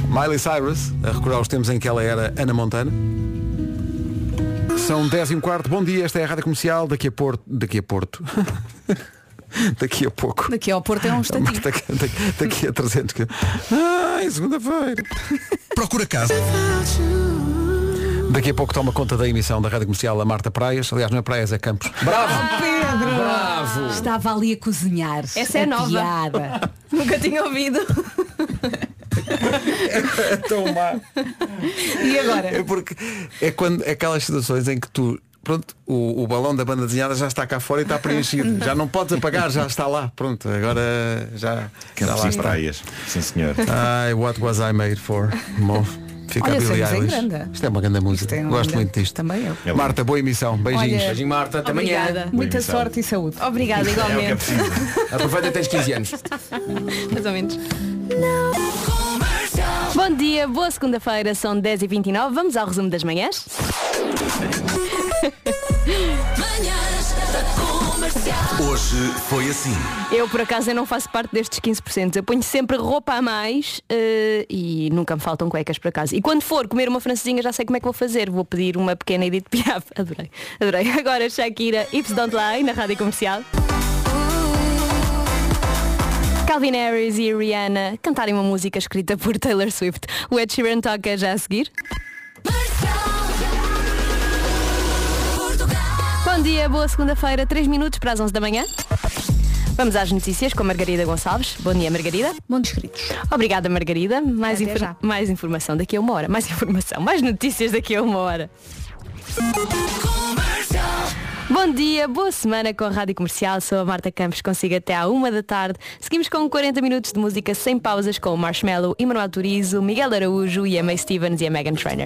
Miley Cyrus, a recordar os tempos em que ela era Ana Montana. São 10 e um quarto. Bom dia, esta é a Rádio Comercial. Daqui a Porto... Daqui a Porto. daqui a pouco. Daqui ao Porto é Ah. um instantinho. Daqui, daqui- daqui a 300 que... Ai, segunda-feira. Procura casa. Daqui a pouco toma conta da emissão da Rádio Comercial a Marta Praias. Aliás, não é Praias, é Campos. Ah, Pedro! Bravo! Estava ali a cozinhar. Essa é A nova. piada. Nunca tinha ouvido. É Tão má. E agora? É porque é quando é aquelas situações em que tu pronto o, o balão da banda desenhada já está cá fora e está preenchido já não podes apagar já está lá pronto agora já já lá Sim, está praias. Sim, senhor. ai what was I made for Bom, fica Olha, a Billie saímos em Eilish grande. isto é uma grande música é uma gosto grande- muito disto também eu. Marta boa emissão beijinhos Olha, Beijinho, Marta até Obrigada. Muita sorte e saúde. É Obrigada, igualmente. Aproveita tens 15 anos. Mais ou menos. Bom dia, É boa segunda-feira, são 10h29. Vamos ao resumo das manhãs. Manhãs da comercial. Hoje foi assim. Eu, por acaso, eu não faço parte destes 15%. Eu ponho sempre roupa a mais eh, e nunca me faltam cuecas, por acaso. E quando for comer uma francesinha, já sei como é que vou fazer. Vou pedir uma pequena Edith Piaf. Adorei, adorei. Agora, Shakira, Ips Don't Lie, na Rádio Comercial. Calvin Harris e Rihanna cantarem uma música escrita por Taylor Swift. O Ed Sheeran toca já a seguir. Bom dia, boa segunda-feira, 3 minutos para as 11 da manhã. Vamos às notícias com a Margarida Gonçalves. Bom dia, Margarida. Bom inscritos. Obrigada, Margarida. Mais, infor- mais informação daqui a uma hora. Mais informação, mais notícias daqui a uma hora. Bom dia, boa semana com a Rádio Comercial. Sou a Marta Campos, consigo até à uma da tarde. Seguimos com 40 minutos de música sem pausas com o Marshmallow, Emanuel Turizo, Miguel Araújo e a May Stevens e a Megan Trainer.